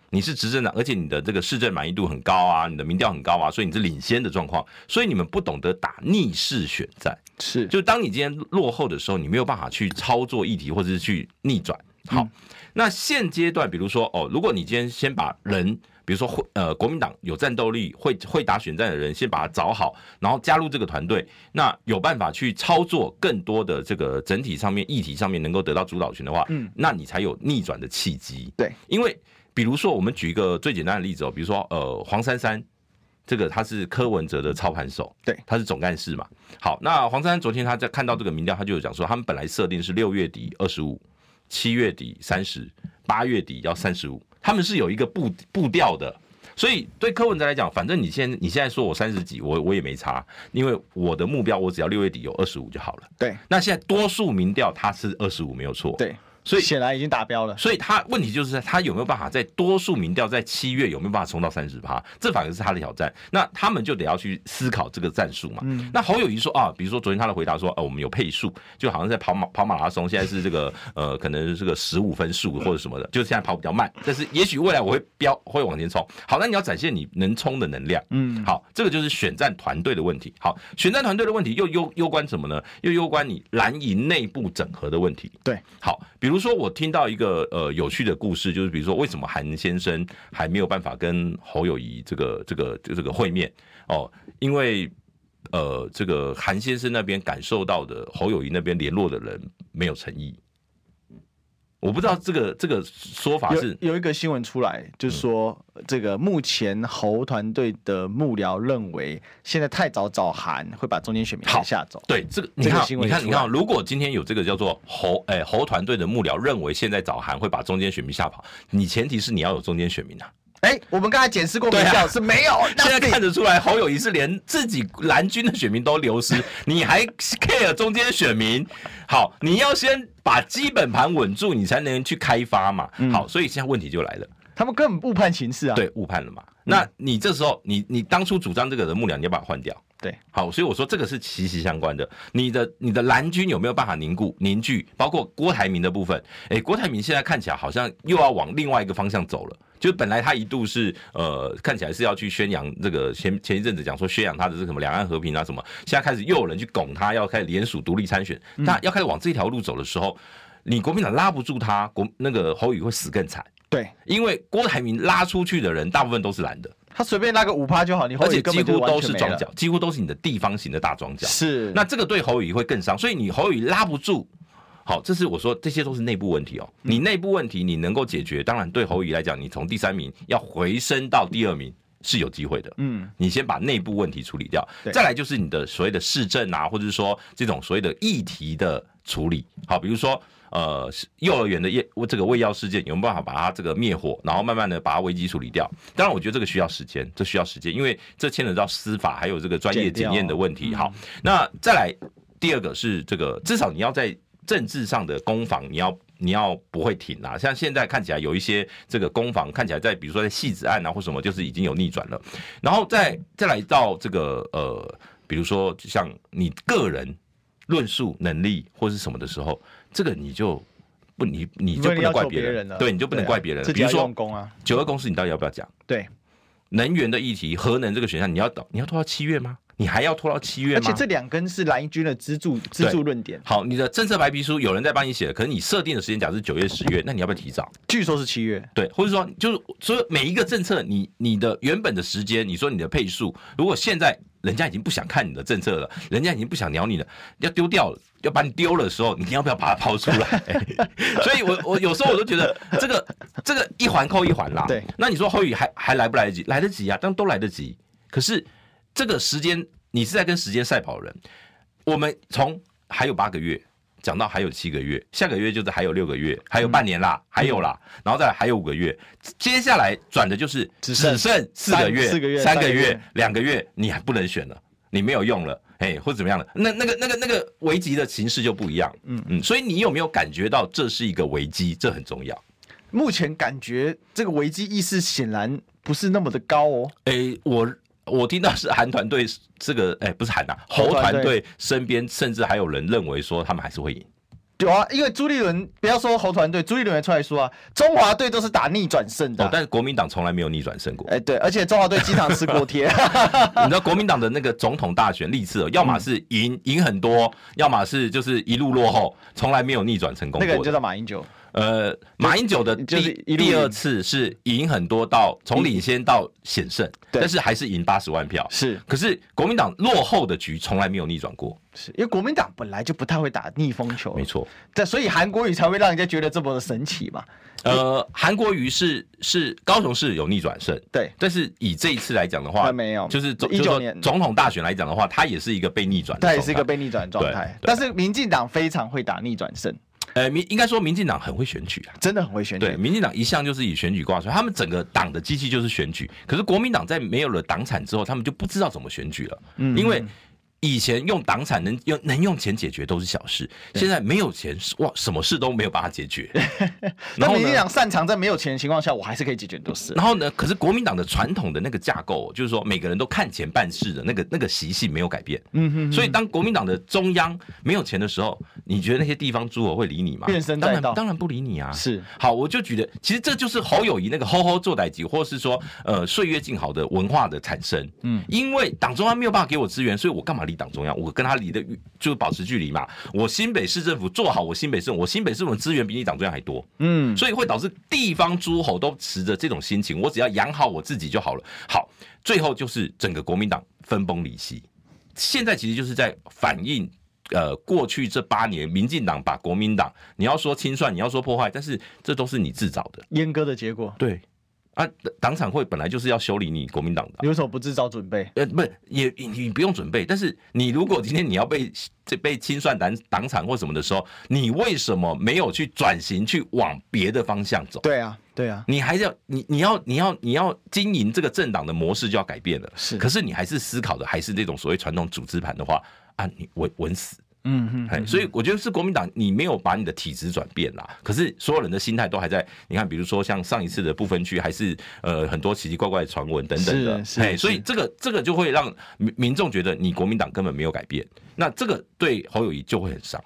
Speaker 2: 你是执政党，而且你的这个市政满意度很高啊，你的民调很高啊，所以你是领先的状况，所以你们不懂得打逆势选战。
Speaker 1: 是
Speaker 2: 就当你今天落后的时候，你没有办法去操作议题或者是去逆转。好，
Speaker 1: 嗯
Speaker 2: 那现阶段，比如说哦，如果你今天先把人，比如说会呃国民党有战斗力、会会打选战的人，先把他找好，然后加入这个团队，那有办法去操作更多的这个整体上面议题上面能够得到主导权的话，
Speaker 1: 嗯
Speaker 2: 那你才有逆转的契机。
Speaker 1: 对，
Speaker 2: 因为比如说我们举一个最简单的例子哦，比如说呃黄珊珊。这个他是柯文哲的操盘手，
Speaker 1: 对
Speaker 2: 他是总干事嘛。好，那黄珊珊昨天他在看到这个民调，他就有讲说，他们本来设定是六月底二十五，七月底三十，八月底要三十五，他们是有一个步步调的。所以对柯文哲来讲，反正你现在你现在说我三十几，我我也没差，因为我的目标我只要六月底有二十五就好了。
Speaker 1: 对
Speaker 2: 那现在多数民调他是二十五没有错，，
Speaker 1: 对，
Speaker 2: 所以
Speaker 1: 显然已经达标了。
Speaker 2: 所以他问题就是在他有没有办法在多数民调在七月有没有办法冲到三十趴，这反而是他的挑战。那他们就得要去思考这个战术嘛。那侯友谊说啊，比如说昨天他的回答说，呃，我们有配速，就好像在跑马跑马拉松，现在是这个呃，可能是这个十五分数或者什么的，就是现在跑比较慢，但是也许未来我会飙会往前冲。好，那你要展现你能冲的能量。
Speaker 1: 嗯，
Speaker 2: 好，这个就是选战团队的问题。好，选战团队的问题又攸攸关什么呢？又攸关你蓝营内部整合的问题。
Speaker 1: 对，
Speaker 2: 好，比如说我听到一个呃有趣的故事，就是比如说为什么韩先生还没有办法跟侯友谊这个这个这个会面哦，因为呃这个韩先生那边感受到的侯友谊那边联络的人没有诚意。我不知道这个这个说法是
Speaker 1: 有有一个新闻出来，就说这个目前侯团队的幕僚认为，现在太早找韩会把中间选民
Speaker 2: 好
Speaker 1: 带下走。
Speaker 2: 对这个，
Speaker 1: 这
Speaker 2: 你
Speaker 1: 个
Speaker 2: 看，
Speaker 1: 新闻
Speaker 2: 你看，
Speaker 1: 出
Speaker 2: 你
Speaker 1: 来
Speaker 2: 看，如果今天有这个叫做侯哎、侯团队的幕僚认为现在早韩会把中间选民吓跑，你前提是你要有中间选民啊。
Speaker 1: 哎，我们刚才检视过民
Speaker 2: 对啊
Speaker 1: 调是没有，
Speaker 2: 现在
Speaker 1: nothing
Speaker 2: 看得出来，侯友谊是连自己蓝军的选民都流 失，你还 care 中间选民？好，你要先把基本盘稳住，你才能去开发嘛。
Speaker 1: 嗯
Speaker 2: 好，所以现在问题就来了。
Speaker 1: 他们根本误判形势啊。嗯
Speaker 2: 对，误判了嘛。那你这时候，你你当初主张这个的幕僚，你要把它换掉。
Speaker 1: 对，
Speaker 2: 好，所以我说这个是息息相关的。你的你的蓝军有没有办法凝固凝聚？包括郭台铭的部分，诶，郭台铭现在看起来好像又要往另外一个方向走了。就是本来他一度是呃，看起来是要去宣扬这个前前一阵子讲说宣扬他的是什么两岸和平啊什么，现在开始又有人去拱他，要开始联署独立参选，
Speaker 1: 嗯
Speaker 2: 那要开始往这条路走的时候，你国民党拉不住他，国那个侯宇会死更惨。
Speaker 1: 对，
Speaker 2: 因为郭台铭拉出去的人大部分都是蓝的，
Speaker 1: 他随便拉个五趴就好，你后
Speaker 2: 而
Speaker 1: 面
Speaker 2: 且
Speaker 1: 根
Speaker 2: 几
Speaker 1: 本就
Speaker 2: 乎都
Speaker 1: 完全
Speaker 2: 是
Speaker 1: 没
Speaker 2: 庄
Speaker 1: 了
Speaker 2: 脚，几乎都是你的地方型的大庄脚。
Speaker 1: 是
Speaker 2: 那这个对侯友谊会更伤，所以你侯友谊拉不住。好，这是我说，这些都是内部问题哦。
Speaker 1: 嗯
Speaker 2: 你内部问题你能够解决，当然对侯友谊来讲，你从第三名要回升到第二名是有机会的。
Speaker 1: 嗯，
Speaker 2: 你先把内部问题处理掉
Speaker 1: 对，
Speaker 2: 再来就是你的所谓的市政啊，或者是说这种所谓的议题的处理。好，比如说呃，是幼儿园的夜这个喂药事件，有没有办法把它这个灭火，然后慢慢的把它危机处理掉？当然，我觉得这个需要时间，这需要时间，因为这牵扯到司法还有这个专业检验的问题。好，那再来第二个是这个，至少你要在政治上的攻防，你要。你要不会停啊！像现在看起来有一些这个攻防，看起来在比如说在戏子案啊或什么，就是已经有逆转了。然后再再来到这个呃，比如说像你个人论述能力或是什么的时候，这个你就不你你就
Speaker 1: 因为
Speaker 2: 不
Speaker 1: 要求
Speaker 2: 能怪别
Speaker 1: 别人了
Speaker 2: 对，你就不能
Speaker 1: 对啊
Speaker 2: 怪别人了。
Speaker 1: 自己
Speaker 2: 比如
Speaker 1: 要
Speaker 2: 说
Speaker 1: 用功啊
Speaker 2: 九二公司，你到底要不要讲？
Speaker 1: 对，
Speaker 2: 能源的议题，核能这个选项，你要等，你要拖到七月吗？你还要拖到七月
Speaker 1: 而
Speaker 2: 吗？
Speaker 1: 且这两根是蓝营军的支柱支柱论点，
Speaker 2: 好，你的政策白皮书有人在帮你写了，可是你设定的时间假设是九月、十月，那你要不要提早？
Speaker 1: 据说是七月。
Speaker 2: 对，或者说就是所以每一个政策你，你的原本的时间，你说你的配速，如果现在人家已经不想看你的政策了，人家已经不想鸟你了，要丢掉了，要把你丢了的时候，你要不要把它抛出来？所以我我有时候我都觉得这个这个一环扣一环啦。
Speaker 1: 对
Speaker 2: 那你说后语还还来不来得及？来得及啊，当然都来得及。可是这个时间，你是在跟时间赛跑的人。我们从还有八个月讲到还有七个月，下个月就是还有六个月，还有半年啦，还有啦，然后再来还有五个月，接下来转的就是
Speaker 1: 只
Speaker 2: 只
Speaker 1: 剩
Speaker 2: 剩四个月、
Speaker 1: 三四个月
Speaker 2: 三
Speaker 1: 三
Speaker 2: 个
Speaker 1: 个
Speaker 2: 月
Speaker 1: 月、
Speaker 2: 两个月，你还不能选了，你没有用了。哎，或者怎么样了？那那个、那个、那个危机的形式就不一样。嗯嗯，所以你有没有感觉到这是一个危机？这很重要。
Speaker 1: 目前感觉这个危机意识显然不是那么的高哦。
Speaker 2: 诶、哎我我听到是韩团队这个，诶、不是韩啊，
Speaker 1: 侯
Speaker 2: 侯
Speaker 1: 团
Speaker 2: 团
Speaker 1: 队
Speaker 2: 队身边甚至还有人认为说他们还是会赢。
Speaker 1: 有啊，因为朱立伦不要说侯团队，朱立伦也出来说啊，中华队都是打逆转胜的
Speaker 2: 哦
Speaker 1: 啊。，
Speaker 2: 但是国民党从来没有逆转胜过。
Speaker 1: 哎，对，而且中华队经常吃锅 贴，
Speaker 2: 你知道国民党的那个总统大选历次
Speaker 1: 嗯
Speaker 2: 哦，要么是赢赢很多，要么是就是一路落后，从来没有逆转成 功
Speaker 1: 那个人
Speaker 2: 过
Speaker 1: 就
Speaker 2: 的。
Speaker 1: 叫马英九。
Speaker 2: 呃，马英九的第、
Speaker 1: 就是一路赢
Speaker 2: 第二次是赢很多到从领先到险胜，
Speaker 1: 对
Speaker 2: 但是还是赢八十万票。
Speaker 1: 是
Speaker 2: 可是国民党落后的局从来没有逆转过，
Speaker 1: 是，因为国民党本来就不太会打逆风球，
Speaker 2: 没。错。
Speaker 1: 对，所以韩国瑜才会让人家觉得这么的神奇嘛。
Speaker 2: 呃，韩国瑜是是高雄市有逆转胜，
Speaker 1: 对
Speaker 2: 但是以这一次来讲的话，
Speaker 1: 他没有
Speaker 2: 就是总
Speaker 1: 19
Speaker 2: 就是说
Speaker 1: 年
Speaker 2: 总统大选来讲的话，它也是一个被逆转的
Speaker 1: 他
Speaker 2: 状态，
Speaker 1: 也是一个被逆转的状态，
Speaker 2: 对对
Speaker 1: 但是民进党非常会打逆转胜，
Speaker 2: 呃民应该说民进党很会选举啊。
Speaker 1: 真的很会选
Speaker 2: 对，
Speaker 1: 举。
Speaker 2: 民进党一向就是以选举挂帅，他们整个党的机器就是选举。可是国民党在没有了党产之后，他们就不知道怎么选举了，
Speaker 1: 嗯
Speaker 2: 因为以前用党产能用能用钱解决都是小事，现在没有钱是哇，什么事都没有办法解决。
Speaker 1: 那
Speaker 2: 然后
Speaker 1: 民进
Speaker 2: 呢？
Speaker 1: 党擅长在没有钱的情况下，我还是可以解决很多事。
Speaker 2: 然后呢？可是国民党的传统的那个架构，就是说每个人都看钱办事的那个那个习性没有改变。嗯哼所以当国民党的中央没有钱的时候，你觉得那些地方诸侯会理你吗？
Speaker 1: 变身
Speaker 2: 当
Speaker 1: 再
Speaker 2: 然
Speaker 1: 道
Speaker 2: 当然不理你啊。
Speaker 1: 是
Speaker 2: 好，我就觉得其实这就是侯友谊那个“吼吼做代级”，或是说呃岁月静好的文化的产生。嗯，因为党中央没有办法给我资源，所以我干嘛离党中央？我跟他离的就保持距离嘛。我新北市政府做好我新北市，我新北市政府资源比你党中央还多。
Speaker 1: 嗯，
Speaker 2: 所以会导致地方诸侯都持着这种心情，我只要养好我自己就好了。好，最后就是整个国民党分崩离析。现在其实就是在反映，呃，过去这八年，民进党把国民党，你要说清算，你要说破坏，但是这都是你自找的。
Speaker 1: 阉割的结果，
Speaker 2: 对，啊，党产会本来就是要修理你国民党的啊、
Speaker 1: 有所不自早准备。
Speaker 2: 呃，不是，也你你不用准备，但是你如果今天你要被这被清算党党产或什么的时候，你为什么没有去转型，去往别的方向走？
Speaker 1: 对啊，对啊，
Speaker 2: 你还是要你你要你要你要经营这个政党的模式就要改变了。
Speaker 1: 是
Speaker 2: 可是你还是思考的还是那种所谓传统组织盘的话啊，你稳稳死。
Speaker 1: 嗯哼，
Speaker 2: 哎，所以我觉得是国民党，你没有把你的体质转变啦。可是所有人的心态都还在，你看，比如说像上一次的不分区，还是呃很多奇奇怪怪的传闻等等的
Speaker 1: 是，是
Speaker 2: 哎，所
Speaker 1: 是
Speaker 2: 以这个这个就会让民民众觉得你国民党根本没有改变，那这个对侯友谊就会很伤。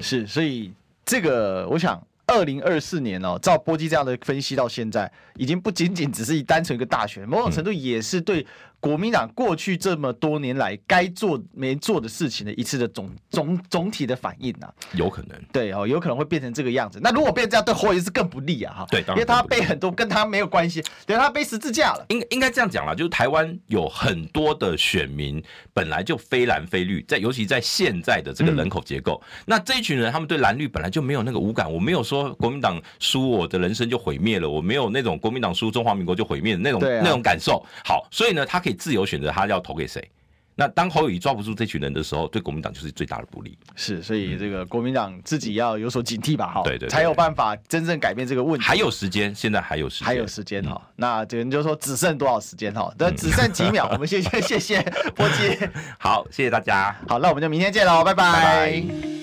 Speaker 1: 是，所以这个我想。二零二四年哦，照波基这样的分析到现在，已经不仅仅只是一单纯一个大选，某种程度也是对国民党过去这么多年来该做没做的事情的一次的总总总体的反应啊。
Speaker 2: 有可能
Speaker 1: 对哦，有可能会变成这个样子。那如果变这样，对侯也是更不利啊哈。
Speaker 2: 对当
Speaker 1: 因为
Speaker 2: 然
Speaker 1: 他
Speaker 2: 更不利
Speaker 1: 背很多跟他没有关系，对他背十字架了。
Speaker 2: 应应该这样讲啦，就是台湾有很多的选民本来就非蓝非绿，在尤其在现在的这
Speaker 1: 嗯
Speaker 2: 个人口结构，那这一群人他们对蓝绿本来就没有那个无感。我没有说国民党输我的人生就毁灭了，我没有那种国民党输中华民国就毁灭的那种、
Speaker 1: 对啊
Speaker 2: 那种感受。好，所以呢，他可以自由选择他要投给谁。那当侯友谊抓不住这群人的时候，对国民党就是最大的不利。
Speaker 1: 是，所以这个国民党自己要有所警惕吧哈。
Speaker 2: 对对对
Speaker 1: 才有办法真正改变这个问题。
Speaker 2: 还有时间，现在还有时间，
Speaker 1: 还有时间哦哈、那这个人就说只剩多少时间哈、那只剩几 秒，我们谢谢谢谢波基。
Speaker 2: 嗯好，谢谢大家，
Speaker 1: 好，那我们就明天见喽，拜
Speaker 2: 拜拜。